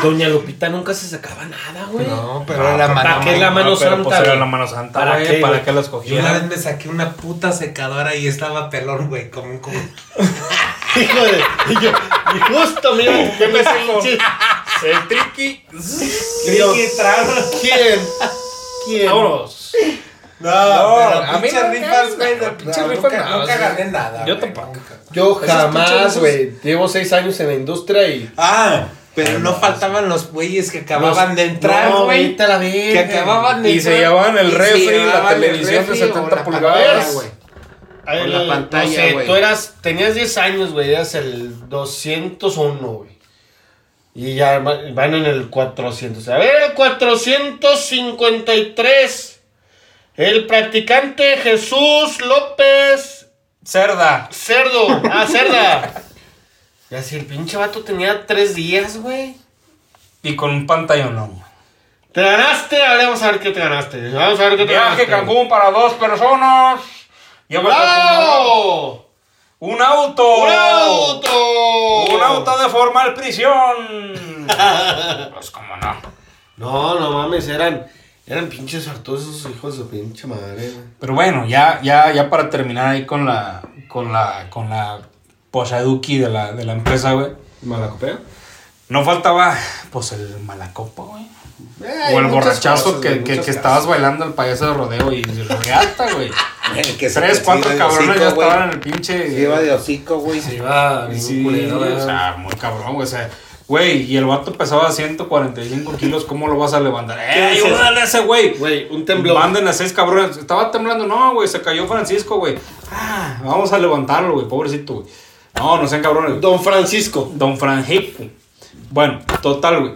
Doña Lupita nunca se sacaba nada, güey. no, pero la mano. ¿Para qué la mano No, pero, santa? pues, era güey? la mano santa, ¿Para güey, qué, ¿Para güey? qué las Yo una vez cogían? me saqué una puta secadora y estaba pelón, güey, como un culo. Hijo de. Y, yo, y [laughs] justo, mira, que me sacó. El triqui. Dios. Y entraron. ¿Quién? ¿Quién? Ah, ¡Vámonos! No, No, pero a mí pinches no, rifas, no, güey. de- no, pinche no, rifa, nunca- no, Nunca sí. gané nada. Yo güey, tampoco. nunca. Yo Esos pinches jamás, güey. Llevo seis años en la industria y. Ah, pero no faltaban los güeyes que acababan de entrar, No, güey. vete a la verga. que acababan de Y se entrar, llevaban el y se refri, la llevaban el televisión de refri 70 o la pulgadas. pantalla, güey. Ay, Con la no pantalla, sé, güey. tú eras, tenías 10 años, güey, eras el 201, güey. Y ya va- van en el 400. A ver, el 453. El practicante Jesús López Cerda. Cerdo. Ah, [laughs] Cerda. Y así el pinche vato tenía 3 días, güey. Y con un pantallón. no. ¿Te ganaste? A ver, vamos a ver qué te ganaste. Vamos a ver qué te Viaje ganaste. Cancún para dos personas. Lleva el ¡Bravo! ¡Un auto! ¡Un auto! ¡Un auto de formal [laughs] prisión! pues cómo no. No, no mames, eran, eran pinches hartos esos hijos de pinche madre. güey. Pero bueno, ya, ya, ya para terminar ahí con la. con la. con la posaduki de la, de la empresa, güey. ¿Malacopeo? No faltaba, pues, el malacopa, güey. Eh, o el muchas borrachazo cosas, que, güey, que, muchas que cosas. estabas bailando el payaso de rodeo y de reata, güey. [laughs] El que se Tres, te cuatro sirve de cabrones hocico, ya güey. estaban en el pinche. Se iba de hocico, güey. Se iba bien Sí, culero, güey. O güey. sea, muy cabrón, güey. O sea, güey, y el vato pesaba 145 kilos, ¿cómo lo vas a levantar? ¡Eh, dices? ayúdale a ese güey! Güey, un temblor. Manden a seis cabrones. Estaba temblando, no, güey, se cayó Francisco, güey. Ah, vamos a levantarlo, güey, pobrecito, güey. No, no sean cabrones. güey. Don Francisco. Don Francisco. Bueno, total, güey.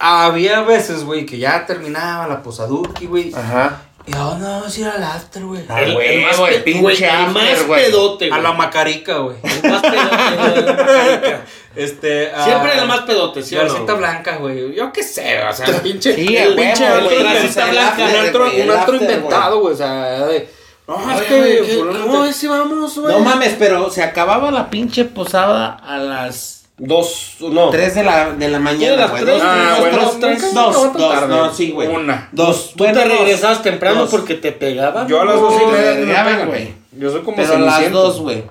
Había veces, güey, que ya terminaba la posaduki, güey. Ajá. Y ahora no vamos a ir al after, güey. Ah, güey, güey, pe- pinche güey, el más after, güey. pedote, A güey. la macarica, güey. [laughs] El más pedote, güey. [laughs] Este, a- Siempre el más pedote, ¿sí o no? Garcita Blanca, güey. Yo qué sé, o sea, el pinche. Sí, el a huevo, antro güey. Garcita El Blanca, after, un antro, güey, el un antro after, güey. inventado, güey. O sea, de. No, es Oye, que. güey, ¿qué- fulano ¿Cómo te- es si vamos, güey? No mames, pero se acababa la pinche posada a las Dos, no. 3 de la, de la Sí, a mañana, las güey. tres, Dos, Ah, dos, bueno, dos, tres. nunca- dos, acabó tan dos, tarde. no, sí, güey. Una. Dos. Tú te regresabas temprano Dos. porque te pegaban. Yo a las güey. dos y No, media. me no daban, pegan. güey. Yo soy como Pero a las Ceniciento. dos, güey.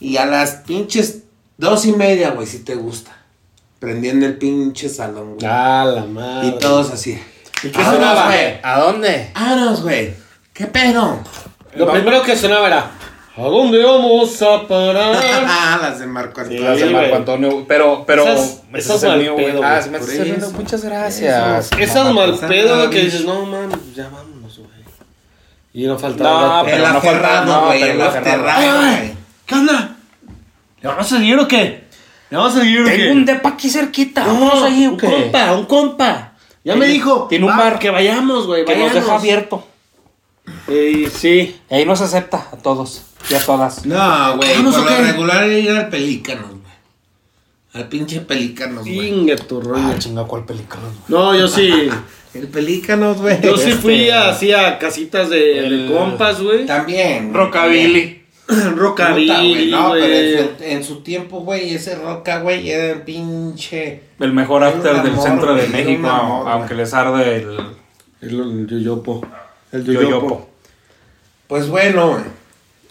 Y a las pinches dos y media, güey, si te gusta. Prendiendo el pinche salón, güey. Ah, la madre. y todos así. ¿Y qué Vámonos, sonaba? güey. Ah, ¿A dónde? Vámonos, güey. ¿Qué pedo? Lo primero que sonaba era. ¿A dónde vamos a parar? ah, [laughs] las de Sí, Marco Antonio. Las de güey. Marco Antonio, pero, pero. Esas- ese esas es el mal mío, güey. pedo, Ah, güey, se me está por sirviendo. eso. Muchas gracias. Esas Mamá, mal cosa, pedo nada, güey, que bicho. dices, no mames, ya vámonos, güey. Y ah, no No, faltaba. pero el no falta- no, aferrado, güey. pero El no falta- aferrado, güey. ¿Qué onda? ¿Le vamos a seguir o qué? ¿Le vamos a seguir o Tengo un depa aquí cerquita. No, Vamos ahí, un ¿o qué? compa, un compa. Ya me Tiene- dijo. tiene un va, bar Que vayamos, güey. Que nos vayamos. deja abierto. Ey, sí. Y ahí nos acepta a todos y a todas. No, güey. Vámonos, Por ¿o lo Ah, qué? regular era ir al Pelícanos, güey. Al pinche Pelícanos, güey. Chinga tu Ah, rollo. chinga, ¿cuál pelícano? Ah. No, yo [laughs] sí. El Pelícanos, güey. Yo sí fui Este, así a casitas de, de el- compas, güey. También. Rockabilly. Puta, güey, Rockabilly, No, pero güey. en su, en su tiempo, güey, ese roca, güey, era el pinche. El mejor Era un after del amor, centro de güey, era México, un amor, a- aunque les arde el El, el yoyopo. El yoyopo. yoyopo. Pues bueno, güey.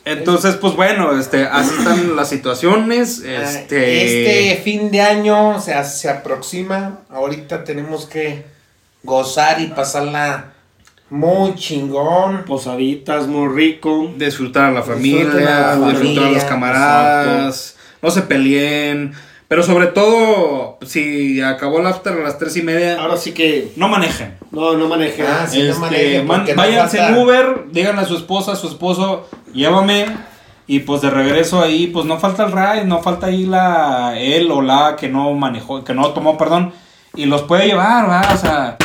Entonces, pues bueno, este, así están las situaciones. Este... Ah, Este. fin de año se, as- se aproxima. Ahorita tenemos que gozar y pasarla muy chingón. Posaditas, muy rico. Disfrutar a la Disfrutar familia, a la disfrutar a familia, las camaradas, no se peleen. Pero sobre todo, si acabó el after a las tres y media, Ahora sí que. no manejen. No, no manejé. Ah, sí, no Este, manejen, man- porque no váyanse falta- en Uber, díganle a su esposa, a su esposo, llévame. Y pues de regreso ahí, pues no falta el ride, no falta ahí la él o la que no manejó, que no tomó, perdón, y los puede llevar, ¿verdad? O sea,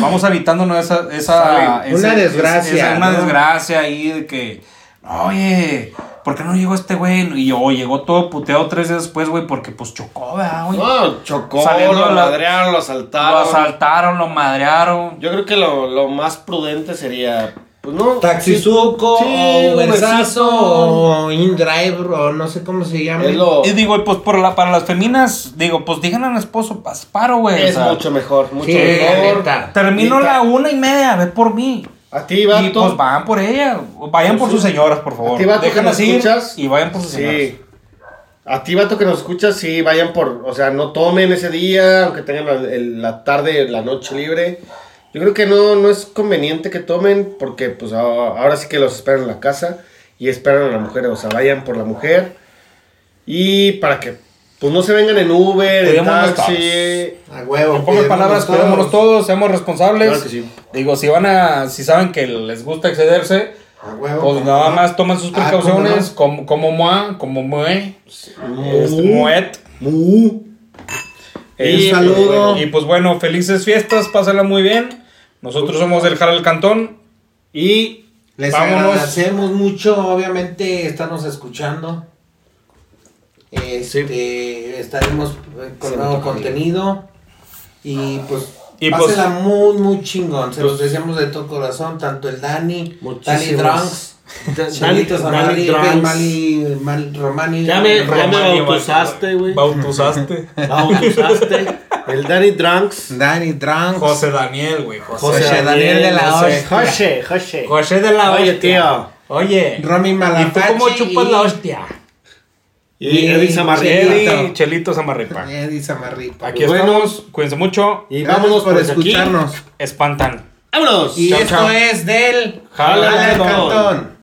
vamos evitándonos esa, esa Sale. Una desgracia, esa- una ¿no? desgracia ahí de que, oye, ¿por qué no llegó este güey? Y o llegó todo puteado tres días después, güey, porque pues chocó, ¿verdad, güey? No, chocó, Saliendo lo de la- madrearon, lo lo asaltaron. asaltaron, lo madrearon. Yo creo que lo, lo más prudente sería, pues no. Taxisuco, Sí, o Uberzazo, Uberzazo. o InDrive, o no sé cómo se llama. Es lo- Y digo, pues por la, para las feminas, digo, pues díganle al esposo, pas paro, güey. o es sea, mucho mejor, mucho Sí, la mejor. neta. Termino Neta. la una y media, ve por mí. A ti, Y vato. Pues pues van por ella, o vayan por sus señoras, por favor. Aquí, vato, que Déjenlas nos ir escuchas. y vayan por sus señoras. sí. A ti, vato, que nos escuchas, sí, vayan por. O sea, no tomen ese día, aunque tengan la, el- la tarde, la noche libre. Yo creo que no, no es conveniente que tomen, porque pues a- ahora sí que los esperan en la casa y esperan a la mujer. O sea, vayan por la mujer. Y para que. Pues no se vengan en Uber, en Cuidémonos taxi. A huevo. En pocas palabras, todos. cuidémonos todos, seamos responsables. Claro que sí. Digo, si van a, si saben que les gusta excederse, A huevo. pues nada más toman sus Ah, precauciones, como, como moi, como mue, este, moet. Un Eh, saludo. Y pues bueno, felices fiestas, pásala muy bien. Nosotros somos del Jara al Cantón. Y Les Vámonos. agradecemos mucho, obviamente, estarnos escuchando. Este, Estaremos eh, con nuevo contenido. Y pues Y pues- Pásela muy, muy chingón. Se los deseamos de todo corazón, tanto el Dani, Dani Muchísimas. Drunks, Chanitos Dani Amari, Drunks. Ben Mali, Mal- Romani. Ya me- ya me Romani, bautizaste, güey. Bautizaste. [laughs] Ah, Bautizaste. El Danny Drunks. Dani Drunks. José Daniel, güey. José. José Daniel de la José, Hostia. José, José. José de la Oye, hostia. tío. Oye. Romy ¿Y tú Malafachi. cómo chupas y- la hostia? Y Eddie Samarripa. Eddie Chelito Samarripa. Eddie Samarripa. Aquí Bueno. estamos. Cuídense mucho. Y Gracias vámonos por pues, aquí. escucharnos. Espantan. ¡Vámonos! Y Chao, esto chao. es del Jala Jala el el Cantón. Cantón.